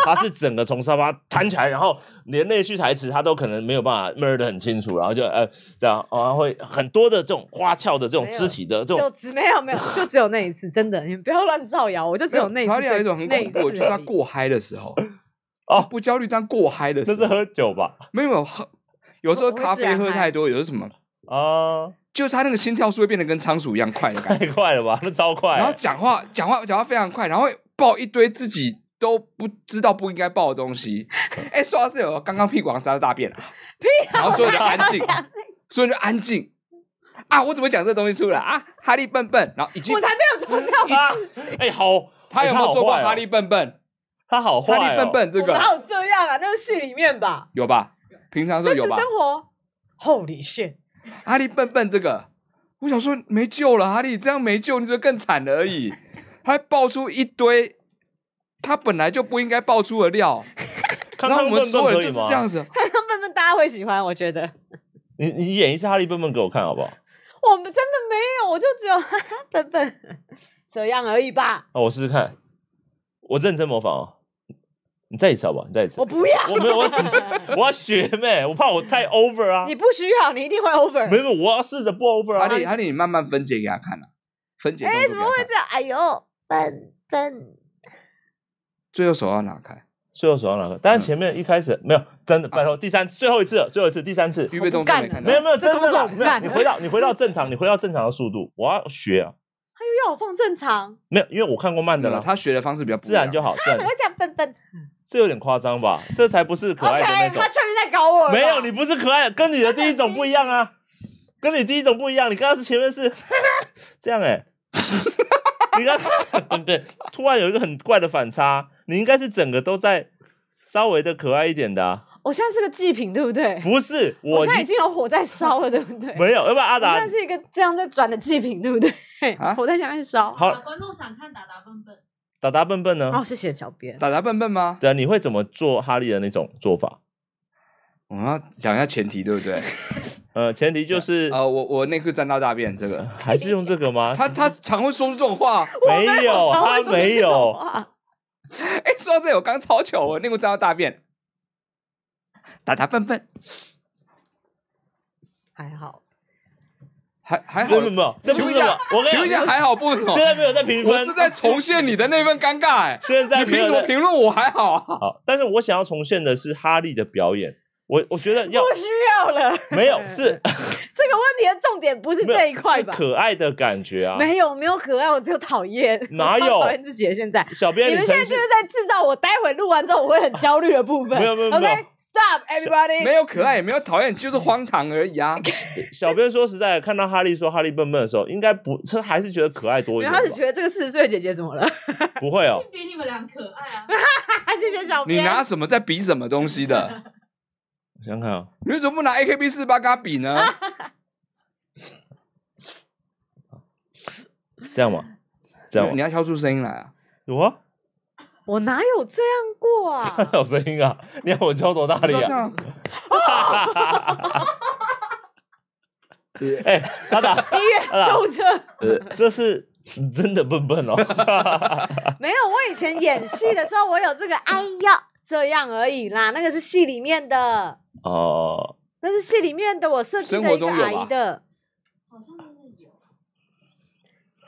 S3: 他是整个从沙发弹起来，然后连那句台词他都可能没有办法 m e 的很清楚，然后就呃这样，然后会很多的这种花俏的这种
S2: 没有
S3: 肢体的这
S2: 就
S3: 种，
S2: 只没有没有，就只有那一次，真的，你们不要乱造谣，我就只有那一次
S1: 查
S2: 最。
S1: 理有一种很
S2: 那
S1: 恐
S2: 一
S1: 怖，
S2: 次
S1: 就是他
S2: 而已
S1: 过嗨的时候，
S3: 哦
S1: 不焦虑但过嗨的时
S3: 那是
S1: 候，
S3: 喝酒吧？
S1: 没有喝，有时候
S2: 我会
S1: 咖
S2: 自
S1: 啡
S2: 然
S1: 喝
S2: 嗨
S1: 太多，有时候什么，
S3: 啊，
S1: 就他那 个心跳数会变得跟仓鼠一样快的感觉，
S3: 太快了吧？那超快、啊
S1: 然后讲话讲话讲话非常快，然后会报一堆自己都不知道不应该报的东 西。哎、说到这个，刚刚屁股上扎了大便了，屁，然后所有人就安
S2: 哎
S1: 静，所有人就安静。啊！我怎么讲这东西出来啊？哈利笨笨，然后已经
S2: 我才没有做这样
S3: 啊
S2: 的事情，
S3: 哎、好，
S1: 他有没有做过
S3: 哎
S1: 哈利？笨笨？
S3: 他好坏、
S1: 哈
S3: 哦，
S1: 利笨，笨这
S2: 哦我哪
S1: 个
S2: 有这样啊？那是戏里面吧，
S1: 有吧？平常说
S2: 真实
S1: 有吧
S2: 生？活 ，Holy shit！
S1: 哈利笨笨这个，我想说没救了，哈利这样没救，你只会更惨了而 已。他还爆出一堆他本来就不应该爆出的料，
S3: 康
S1: 然后
S3: 康
S1: 我们
S3: 笨笨
S1: 所有
S3: 可
S1: 人就
S3: 以
S1: 是
S3: 吗？
S1: 这样子。
S2: 笨笨大家会喜欢，我觉得
S3: 你你演一次哈利笨笨给我看好不好？
S2: 我们真的没有，我就只有 笨笨这样而已吧。
S3: 啊，我试试看，我认真模仿哦。你再一次好不好？你再一次。
S2: 我不要，
S3: 我没有，我只是我要学妹，我怕我太 over 啊
S2: 你。不需要，你一定会 over。
S3: 没有，没有我要试着不 over
S1: 哈
S3: 啊。
S1: 利，哈利，你慢慢分解给他看了、分解。
S2: 哎、
S1: 哎，
S2: 怎么会这样？哎呦，笨笨，
S1: 最后手要拿开，
S3: 最后手上哪个？但是前面一开始没有，真
S2: 啊
S3: 的，拜托，第三次，最后一次了，最后一次，第三次。
S1: 预备动作没看到
S3: 没有。没有，
S2: 这
S3: 真
S2: 工
S3: 的啦
S2: 作我不
S3: 没有。
S2: 干
S3: 你回到你回到正常，你回到正常的速度。我要学啊，
S2: 他又要我放正常，
S3: 没有，因为我看过慢的
S1: 没有
S3: 了，
S1: 他学的方式比较不一
S3: 自
S1: 样
S3: 然就好。自
S2: 他
S3: 然
S2: 怎么会讲笨笨
S3: 这有点夸张吧？这才不是可
S2: ？OK，
S3: 爱的那种
S2: 他。确实在搞我了吧。
S3: 没有，你不是可爱，跟你的第一种不一样啊，跟你第一种不一样。你刚刚是前面是 这样哎、你刚刚对，突然有一个很怪的反差，你应该是整个都在稍微的可爱一点的、啊，
S2: 我现在是个祭品，对不对？
S3: 不是我
S2: 现在
S3: 一
S2: 已经有火在烧了，对不对？
S3: 没有，要不然阿
S2: 我现
S3: 达
S2: 在是一个这样在转的祭品，对不对
S1: 啊？
S2: 火在下面烧。
S3: 好
S4: 小观众想看打打笨笨，
S3: 达达笨笨呢？
S2: 哦，谢谢小编。
S1: 打打笨笨吗？
S3: 对啊，你会怎么做哈利的那种做法？
S1: 我们要啊讲一下前提，对不 对？
S3: 呃，前提就是、
S1: 呃，我我内裤沾到大便，这 个
S3: 还是用这个吗？
S1: 他他常会说出这种话。
S3: 没有，
S2: 我常会
S3: 他
S2: 说
S3: 没
S2: 这种
S3: 有，
S2: 话
S1: 哎、说到这个，我刚超糗，我内裤沾到大便，打打笨笨，
S2: 还好。
S1: 还还哎好
S3: 没。有没有没有，这
S1: 请
S3: 不
S1: 问
S3: 是
S1: 一下
S3: 我，我跟
S1: 请问
S3: 你
S1: 一下，
S3: 讲，
S1: 还好不分哦
S3: 现在没有在评分，
S1: 我是在重现你的那份尴尬、 哎，
S3: 现在
S1: 你
S3: 没
S1: 凭
S3: 有
S1: 什么
S3: 在
S1: 评论我还好啊？
S3: 好，但是我想要重现的是哈利的表演。我我觉得要
S2: 不需要了。
S3: 没有是
S2: 这个问题的重点不 是
S3: 没有
S2: 这一块
S3: 是
S2: 吧？
S3: 可爱的感觉啊。
S2: 没有没有可爱，我只有讨厌。
S3: 哪
S2: 我超
S3: 有
S2: 讨厌自己的现在？
S3: 小编，
S2: 你们现在
S3: 真
S2: 就是是在制造我待会录完之后我会很焦虑的部分。
S3: 没有没有没有
S2: OK stop everybody。
S1: 没有可爱，也没有讨厌，就是荒唐而已 啊！
S3: 小编说实在，的，看到哈利说哈利笨笨的时候，应该不是还是觉得可爱多
S2: 没
S3: 一
S2: 有，
S3: 点
S2: 他只
S3: 吧？
S2: 觉得这个四十岁的姐姐怎么了？ 哎
S3: 不会哦，
S4: 比你们俩可爱啊！
S2: 谢谢小
S1: 你
S2: 编。
S1: 拿什么在比什么东西的？
S3: 我想想看啊，
S1: 你为什么不拿 AKB 四八跟他比呢？
S3: 这样吗？ 这样
S1: 你
S3: 吗？
S1: 要挑出声音来啊！
S3: 有啊，
S2: 我哪有这样过啊？
S3: 有声音啊！你看我敲多大
S1: 你
S3: 力
S1: 说这
S3: 啊？
S1: 样，
S3: 哎，阿达，
S2: 医院救 车。
S3: 呃这是真的笨笨哦。
S2: 没有，我以前演戏的时候，我有这个，哎呀，这样而已啦。那个是戏里面的，
S3: 哦，
S2: 那是戏里面的我设计
S1: 生
S2: 的
S1: 活
S2: 一个
S1: 中有吧
S2: 阿姨的。
S4: 好像真的 有，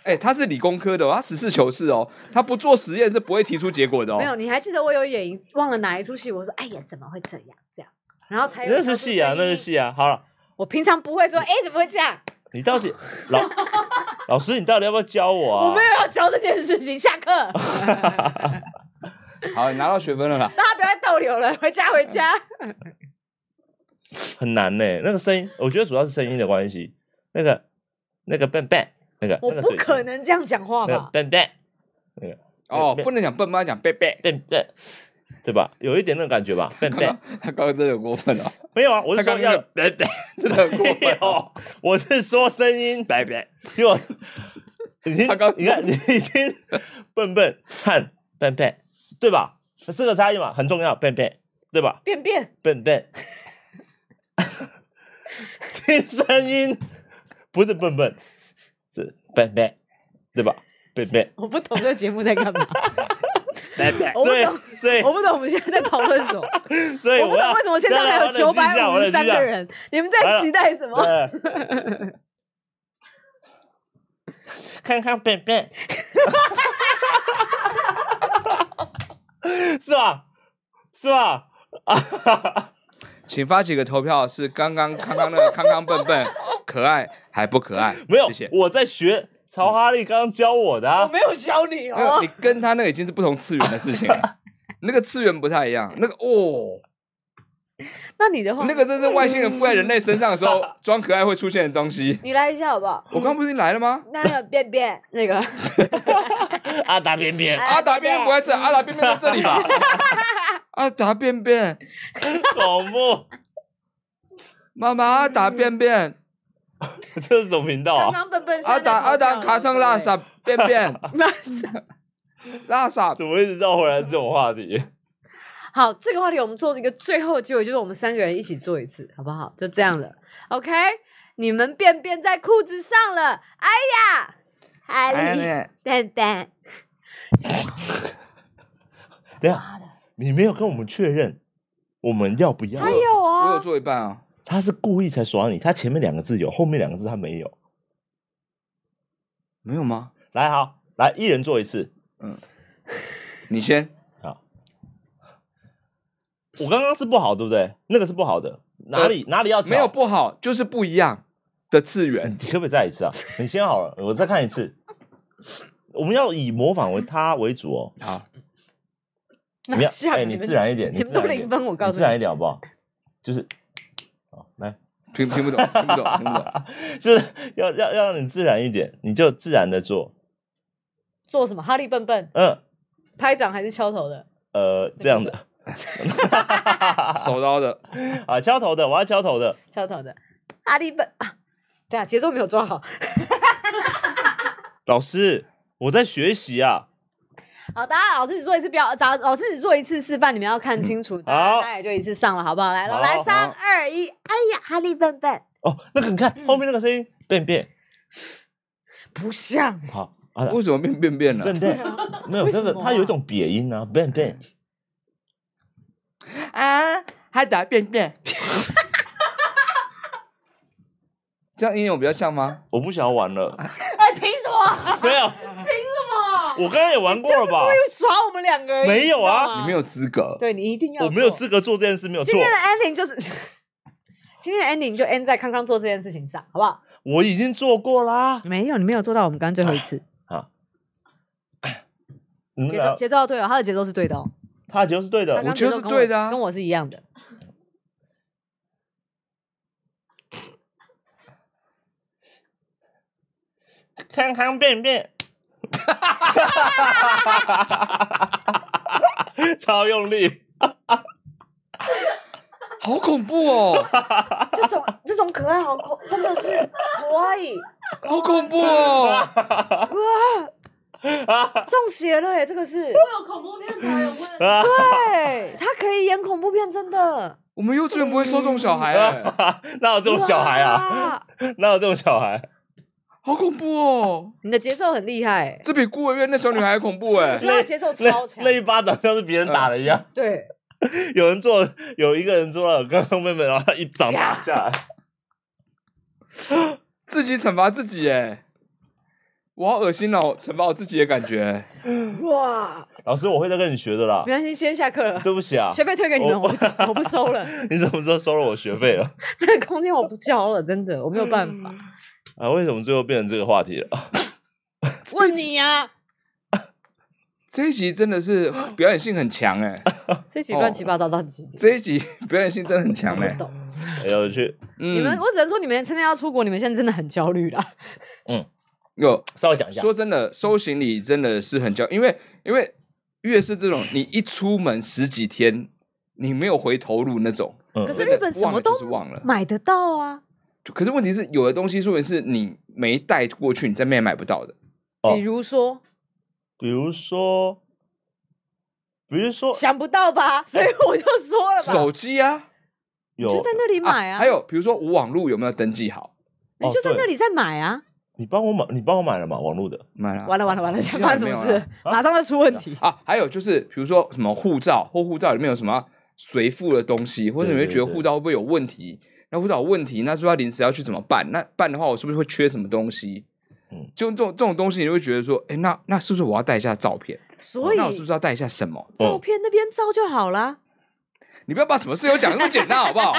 S1: 哎、他是理工科的、哦，他实事求是哦，他不做实验是不会提出结果的哦。
S2: 没有，你还记得我有演一忘了哪一出戏？我说，哎呀，怎么会这样？这样，然后才有
S3: 那是戏啊，那是。戏啊。好了。
S2: 我平常不会说，哎，怎么会这样？
S3: 你到底老 老师，你到底要不要教我啊？
S2: 我没有要教这件事情，下课，
S1: 好，你拿到学分了啦。
S2: 大家不要再逗留了，回家回家。
S3: 很难呢、那个声音，我觉得主要是声音的关系。那个那个笨笨，那个
S2: 我
S3: 那个
S2: 不
S3: 嘴型
S2: 可能这样讲话
S3: 那个
S2: 吧？
S3: 笨笨
S1: 哦，
S3: 没
S1: 不能讲笨，不能讲贝贝。
S3: 笨笨，对吧？有一点那种感觉吧？笨笨
S1: 他刚刚真的有过分了、
S3: 没有啊，我是
S1: 他刚
S3: 说要
S1: 刚
S3: 笨笨，
S1: 真的很过
S3: 没
S1: 分、哦
S3: 有，我是说声音笨笨，听我，你听
S1: 他刚
S3: 你看你听笨笨和笨笨，对吧？四个差异嘛，很重要，笨笨，对吧？
S2: 便便，
S3: 笨笨， 听声音不是笨笨，是笨笨，对吧？笨笨，
S2: 我不懂这个节目在干 嘛，
S3: 笨笨
S2: 我不
S3: 所以
S2: 懂
S3: 所以
S2: 我不懂我们现在在讨论什 么。
S3: 所以
S2: 我不懂
S3: 要
S2: 为什么线上还有九百五十三个。
S3: 对
S2: 人，你们在期待什
S3: 我
S2: 么？
S3: 要冷静一下我冷静一下 对看看笨笨，是吧？是吧？
S1: 请发起个投票，是刚刚康康那个康康笨笨可爱还不可爱？
S3: 没有，
S1: 谢谢。
S3: 我在学曹哈利刚刚教我的、啊，
S2: 没有教你哦
S1: 那个你跟他那个已经是不同次元的事情 了，那个次元不太一样。那个 哦，
S2: 那你的话，
S1: 那个真是外星人附在人类身上的时候装可爱会出现的东西。
S2: 你来一下好不好？
S1: 我刚不是已经来了 吗？
S2: 那个便便，那个
S3: 阿达便便，
S2: 哎
S1: 阿达便便不在这，阿达便便在这里吧？阿达便便，
S3: 恐怖！
S1: 妈妈，阿达便便，
S3: 这是什么频道
S2: 刚
S3: 啊？
S2: 刚笨笨
S1: 阿达阿达卡上拉萨便 便，拉萨
S3: 怎么一直绕回来这种 话题？
S2: 好，这个话题我们做一个最后的结尾，就是我们三个人一起做一次，好不好？就这样了，OK？你们便便在裤子上了，哎呀，
S1: 哎
S2: 哈
S3: 哎
S2: 利蛋蛋，
S3: 等一下，你没有跟我们确认我们要不要？
S2: 还有
S1: 我有
S2: 啊，
S1: 做一半啊。
S3: 他是故意才耍你，他前面两个字有，后面两个字他没有。
S1: 没有吗？
S3: 来，好，来，一人做一次。
S1: 你先，
S3: 我刚刚是不好，对不对？那个是不好的，哪
S2: 呃
S3: 里、哪里要调
S1: 没有？不好，就是不一样的次元。
S3: 你可不可以再一次啊？你先好了，我再看一 次。我们要以模仿为他为主哦。
S1: 好，
S3: 你要
S2: 下
S3: 哎、
S2: 面
S3: 你
S2: 们
S3: 自然一点，
S2: 你们
S3: 自然
S2: 都
S3: 一点
S2: 零分我告诉你
S3: 自然一点好不好？就是，好来，
S1: 听听不懂，听不懂，听不懂。
S3: 就是要要要让你自然一点，你就自然的做。
S2: 做什么？哈利笨笨，
S3: 嗯
S2: 拍掌还是敲头的？
S3: 呃，这样的
S1: 手刀的，
S3: 啊，敲头的，我要敲头的。
S2: 敲头的，哈利笨啊，对啊，节奏没有抓好。
S3: 老师，我在学习啊。
S2: 好，大家老师只做一次表，老老师只做一次示范，你们要看清楚，大家
S3: 嗯好
S2: 大家也就一次上了，好不好？来，
S3: 好
S2: 来
S3: 好
S2: 三二一，哎呀，哈利笨笨，
S3: 哦，那个你看
S2: 嗯
S3: 后面那个声音，便便，
S2: 不像，
S3: 好啊，
S1: 为什么变便便了？
S3: 便便，没有
S2: 为什
S3: 这
S2: 么啊嗯
S3: 个，它有一种瘪音啊，便便。
S1: 啊，还打便便。 这样音有比较像吗？
S3: 我不想要玩了，
S2: 哎，凭什 么？
S3: 没有，
S4: 么？
S3: 我刚刚也玩过了
S2: 就
S3: 吧？
S2: 耍我们两个而已，
S3: 没有啊
S1: 你没有资格。
S2: 对你一定要，
S3: 我没有。资格做这件事，没有错
S2: 今。天的 ending 就是 今天的 ending 就 end 在康康做这件事情上，好不好？
S3: 我已经做过啦。
S2: 没有，你没有做到我们刚刚最后一次，
S3: 你们
S2: 节
S3: 俩
S2: 奏节奏对哦，他的节奏是对的哦，
S3: 他就是对
S2: 他
S3: 的
S2: 刚，
S1: 我
S2: 刚
S1: 觉得
S2: 节奏
S1: 是
S2: 跟我
S1: 对的啊
S2: 跟我是一样的。
S3: 康康便便， 超用力。
S1: 好恐怖哦，
S2: 这种这种可爱好可真的是可 以
S1: 好恐怖哦！
S2: 哇，中邪了耶！这个是
S4: 会有恐怖片导演问
S3: 啊
S2: 对，他可以演恐怖片，真的。
S1: 我们幼稚园不会收这种小孩、哎
S3: 哪有这种小孩啊？
S2: 哇！
S3: 哪有这种小孩？
S1: 好恐怖哦！
S2: 你的节奏很厉 害，
S1: 这比孤儿院那小女孩还恐怖哎、
S2: 我觉得他节奏
S3: 那
S2: 超强嗯
S3: 那。一巴掌像是别人打的一样。
S2: 对，
S3: 有人做，有一个人做了刚刚妹妹，然后一掌打下 来。
S1: 自己惩罚自己哎、我好恶心哦，惩罚我自己的感觉。欸
S2: 哇！
S3: 老师，我会再跟你学的啦
S2: 没。关系，先下课了，
S3: 对不起啊，
S2: 学费退给你
S1: 哦
S2: 们，我
S3: 我
S2: 不我不收了，
S3: 你什么时候收了我学费 了？
S2: 这个空间我不交了，真的，我没有办 法。
S3: 啊，为什么最后变成这个话题了？
S2: 问你啊呀，
S1: 这一集真的是表演性很强哎、
S2: 这集乱七八糟到几点？
S1: 这一集 表演性真的很 强哎、
S2: 不懂。
S3: 哎呦我去，
S1: 嗯，
S2: 你们，我只能说你们现在要出国，你们现在真的很焦虑啦。
S1: 有
S3: 稍微讲一下。
S1: 说真的，收行李真的是很焦，因为因为越是这种，你一出门十几天，你没有回头路那种，
S3: 嗯
S2: 可是
S1: 真的
S2: 日本什
S1: 忘
S2: 么
S1: 了
S2: 都
S1: 就是忘了。
S2: 买得到啊，
S1: 就可是问题是，有的东西说明是你没带过去，你在那边买不到的。
S3: 哦
S2: 比如说
S3: 比如说，比如说
S2: 想不到吧，所以我就说了吧，
S1: 哦手机啊，
S3: 有
S2: 你就在那里买啊，
S1: 还有比哦如说我网路有没有登记好？
S2: 你就在
S3: 哦对
S2: 那里再买啊。
S3: 你帮我买，你帮我买了嘛？网络的
S1: 买了啊
S2: 完了完了完了，
S1: 现在
S2: 发生什
S1: 没
S2: 么
S1: 有
S2: 事
S1: 啦？
S2: 马上就出问题。
S1: 啊，还有就是比如说什么护照或护照里面有什么随附的东西，或者你
S3: 对
S1: 会
S3: 对
S1: 觉得
S3: 对
S1: 护照会不会有问题？那护照有问题，那是不是要临时要去怎么办？那办的话，我是不是会缺什么东西？
S3: 嗯
S1: 就这种这种东西，你会觉得说，哎、那那是不是我要带一下照片？哦
S2: 所以
S1: 那我是不是要带一下什么？
S2: 照片那边照就好啦。
S1: 你不要把什么 事情讲那么简单，好不好？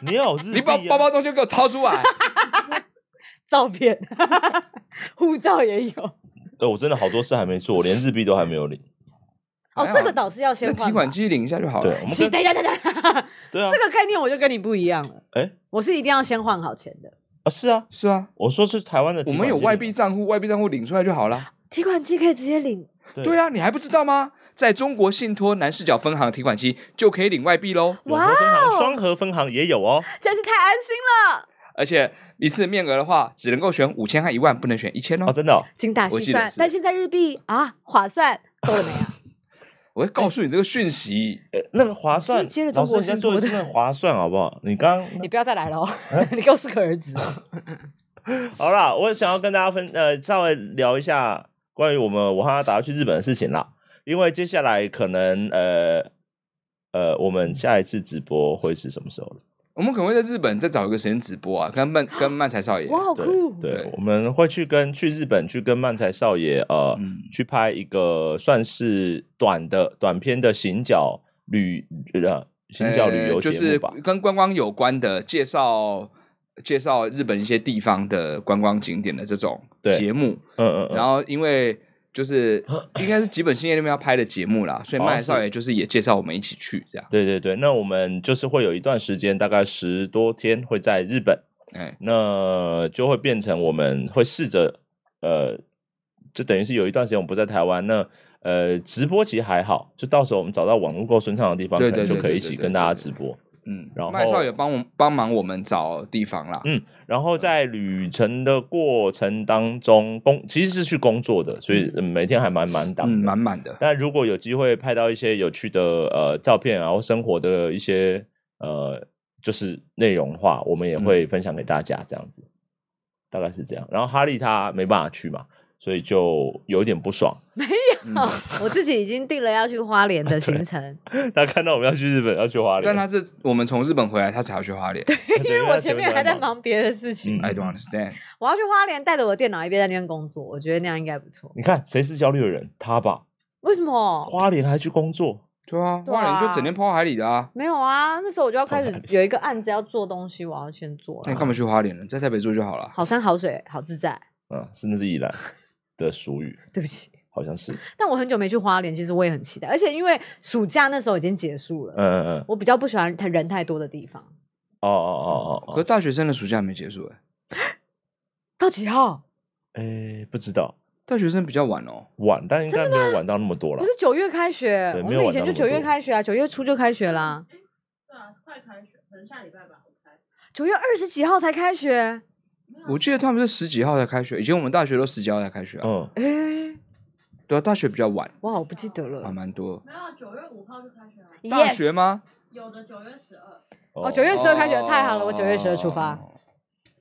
S3: 你要有日
S1: 你把
S3: 币 啊
S1: 包包东西给我掏出来，
S2: 照片， 护照也有。
S3: 对我真的好多事还没做，我连日币都还没有领。
S1: 还
S2: 哦，
S1: 好
S2: 这个倒是要先
S1: 那
S2: 换吧。
S1: 提款机领一下就好
S3: 对，
S1: 了。
S3: 我们
S2: 其
S3: 跟
S2: 等一下，等一下，等一下
S3: 对 啊
S2: 这，个概念我就跟你不一样了。
S3: 哎
S2: 我是一定要先换好钱的。
S3: 啊是啊，
S1: 是啊，
S3: 我说是台湾的提
S1: 我
S3: 款机领，
S1: 们有外币账户，外币账户领出来就好了。
S2: 提款机可以直接领，
S3: 对
S1: 对啊，你还不知道吗？在中国信托南视角分行提款机就可以领外币喽，
S3: 永和分
S2: 哦
S3: 行、双和分行也有哦。
S1: 嗯
S2: 真是太安心了。
S1: 而且一次面额的话，只能够选五千和一万，不能选一千
S3: 哦，
S1: 哦。
S3: 真的哦，
S2: 精打
S1: 我
S2: 细
S1: 记得
S2: 算，
S1: 是
S2: 但现在日币啊划算多了没啊？
S1: 我会告诉你这个讯息，
S3: 呃那个划
S2: 所
S3: 算
S2: 以接着，中
S3: 老师
S2: 国
S3: 你再
S2: 信
S3: 做一
S2: 托
S3: 次
S2: 的
S3: 那个划算好不好？你 刚刚
S2: 你不要再来了哦， 你给我适可而止。
S3: 好啦，我想要跟大家分呃稍微聊一下关于我们我和他打算去日本的事情啦，因为接下来可能呃呃我们下一次直播会是什么时候了？
S1: 我们可能会在日本再找一个时间直播啊，跟漫跟漫才少爷。啊
S2: 哇，好
S3: 对
S2: 酷！
S3: 对
S1: 对，
S3: 我们会去跟去日本去跟漫才少爷呃、
S1: 嗯
S3: 去拍一个算是短的短片的行脚旅呃行脚旅游
S1: 呃就
S3: 节
S1: 是
S3: 目吧。
S1: 跟观光有关的，介绍介绍日本一些地方的观光景点的这种
S3: 对
S1: 节目。
S3: 嗯嗯嗯，
S1: 然后因为 就是应该是吉本兴业那边要拍的节目啦，所以
S3: 哦
S1: 漫才少
S3: 是
S1: 爷就是也介绍我们一起去这样。
S3: 对对对，那我们就是会有一段时间，大概十多天会在日本。
S1: 哎，
S3: 那就会变成我们会试着呃，就等于是有一段时间我们不在台湾，那呃直播其实还好，就到时候我们找到网络够顺畅的地方，
S1: 对
S3: 可能
S1: 对
S3: 就
S1: 对
S3: 可以
S1: 对
S3: 一起
S1: 对
S3: 跟
S1: 对
S3: 大家
S1: 对
S3: 直播。
S1: 嗯，
S3: 然后
S1: 麦少也帮我们帮忙我们找地方啦。
S3: 嗯然后在旅程的过程当中，工其实是去工作的，所以呃每天还蛮满档
S1: 嗯，
S3: 的。
S1: 满满的。
S3: 但如果有机会拍到一些有趣的呃照片，然后生活的一些呃就是内容的话，我们也
S2: 嗯
S3: 会分享给大家，这样子，大概是这样。然后哈利他没办法去嘛，所以就有点不爽。
S2: 哦我自己已经定了要去花莲的行程，
S3: 他看到我们要去日本，要去花莲，
S1: 但他是我们从日本回来，他才要去花莲。
S3: 因
S2: 因为我前面还在。忙别的事情。
S3: 嗯
S1: I don't understand。
S2: 我要去花莲，带着我的电脑一边在那边工作，我觉得那样应该不错。
S3: 你看谁是焦虑的人？他吧，
S2: 为什么？
S3: 花莲还去工作，
S1: 对啊，
S2: 对啊
S1: 花莲就整天泡海里的啊。
S2: 没有啊，那时候我就要开始有一个案子要做东西，我要先做
S1: 那你
S2: 了。
S1: 干嘛去花莲呢？在台北住就好了。
S2: 好山好水好自在，
S3: 嗯，是那是宜兰的俗语，
S2: 对不起。
S3: 好像是，
S2: 但我很久没去花莲，其实我也很期待，而且因为暑假那时候已经结束了，
S3: 嗯嗯嗯，
S2: 我比较不喜欢人太多的地方。
S3: 哦哦哦哦
S1: 可是
S3: 哦，
S1: 大学生的暑假还没结束哎，
S2: 到几号？
S3: 哎，不知道
S1: 大学生比较晚哦。
S3: 晚，但应该没有晚到那么多了
S2: 不是。九月开学，
S3: 对
S2: 我
S3: 没有
S2: 们
S3: 晚
S2: 以前就
S3: 到那么
S2: 九月
S3: 多
S2: 开学啊，九月初就开学啦，
S4: 哎，对啊，快开学，可能下礼拜吧，我猜。
S2: 九月二十几号才开学。
S1: 我记得他们是十几号才开学，以前我们大学都十几号才开学啊。
S3: 嗯，
S2: 哎、
S1: 对啊，大学比较晚，
S2: 哇，我不记得了
S1: 还。蛮多。
S4: 没有，啊九月五号就开学了，
S1: 啊大
S2: Yes
S1: 学？吗？
S4: 有的九月十二。
S2: 哦，九月十二开学，
S1: 哦
S2: 太好了，我九月十二出发。。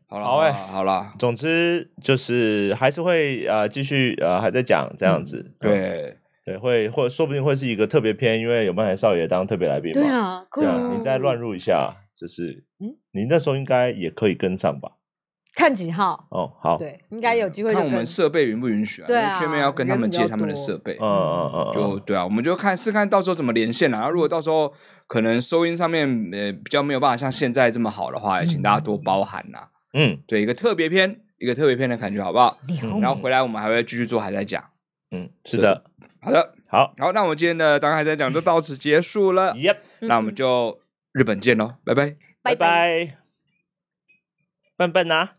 S1: 好了，
S3: 好
S1: 好
S3: 哎
S1: 啦好啦，
S3: 总之就是还是会呃继续呃还在讲这样子，嗯
S1: 对，
S3: 对，会或说不定会是一个特别篇，因为有漫才少爷当特别来宾嘛，
S2: 对啊，酷
S3: 对啊，你再乱入一下，就是
S2: 嗯
S3: 你那时候应该也可以跟上吧？
S2: 看几号？
S3: 哦，好，
S2: 对，应该有机会
S1: 嗯
S2: 就
S1: 看
S2: 跟
S1: 我们设备允不允许啊？
S2: 对啊
S1: 因为圈妹要跟他们借他们的设备
S3: 嗯，。嗯嗯嗯，
S1: 就对啊，我们就看是看到时候怎么连线啦、然后如果到时候可能收音上面呃比较没有办法像现在这么好的话，也请大家多包涵啦、
S3: 嗯
S1: 对，一个特别篇，一个特别篇的感觉，好不好？
S3: 嗯
S1: 然后回来我们还会继续做，还在讲。
S3: 嗯，是的，
S1: 好的，
S3: 好
S1: 好，那我们今天的当然还在讲就到此结束了，
S3: ，Yep，
S2: 嗯
S1: 那我们就日本见喽，拜拜。
S3: 拜
S2: 拜拜
S3: 拜，笨笨啊。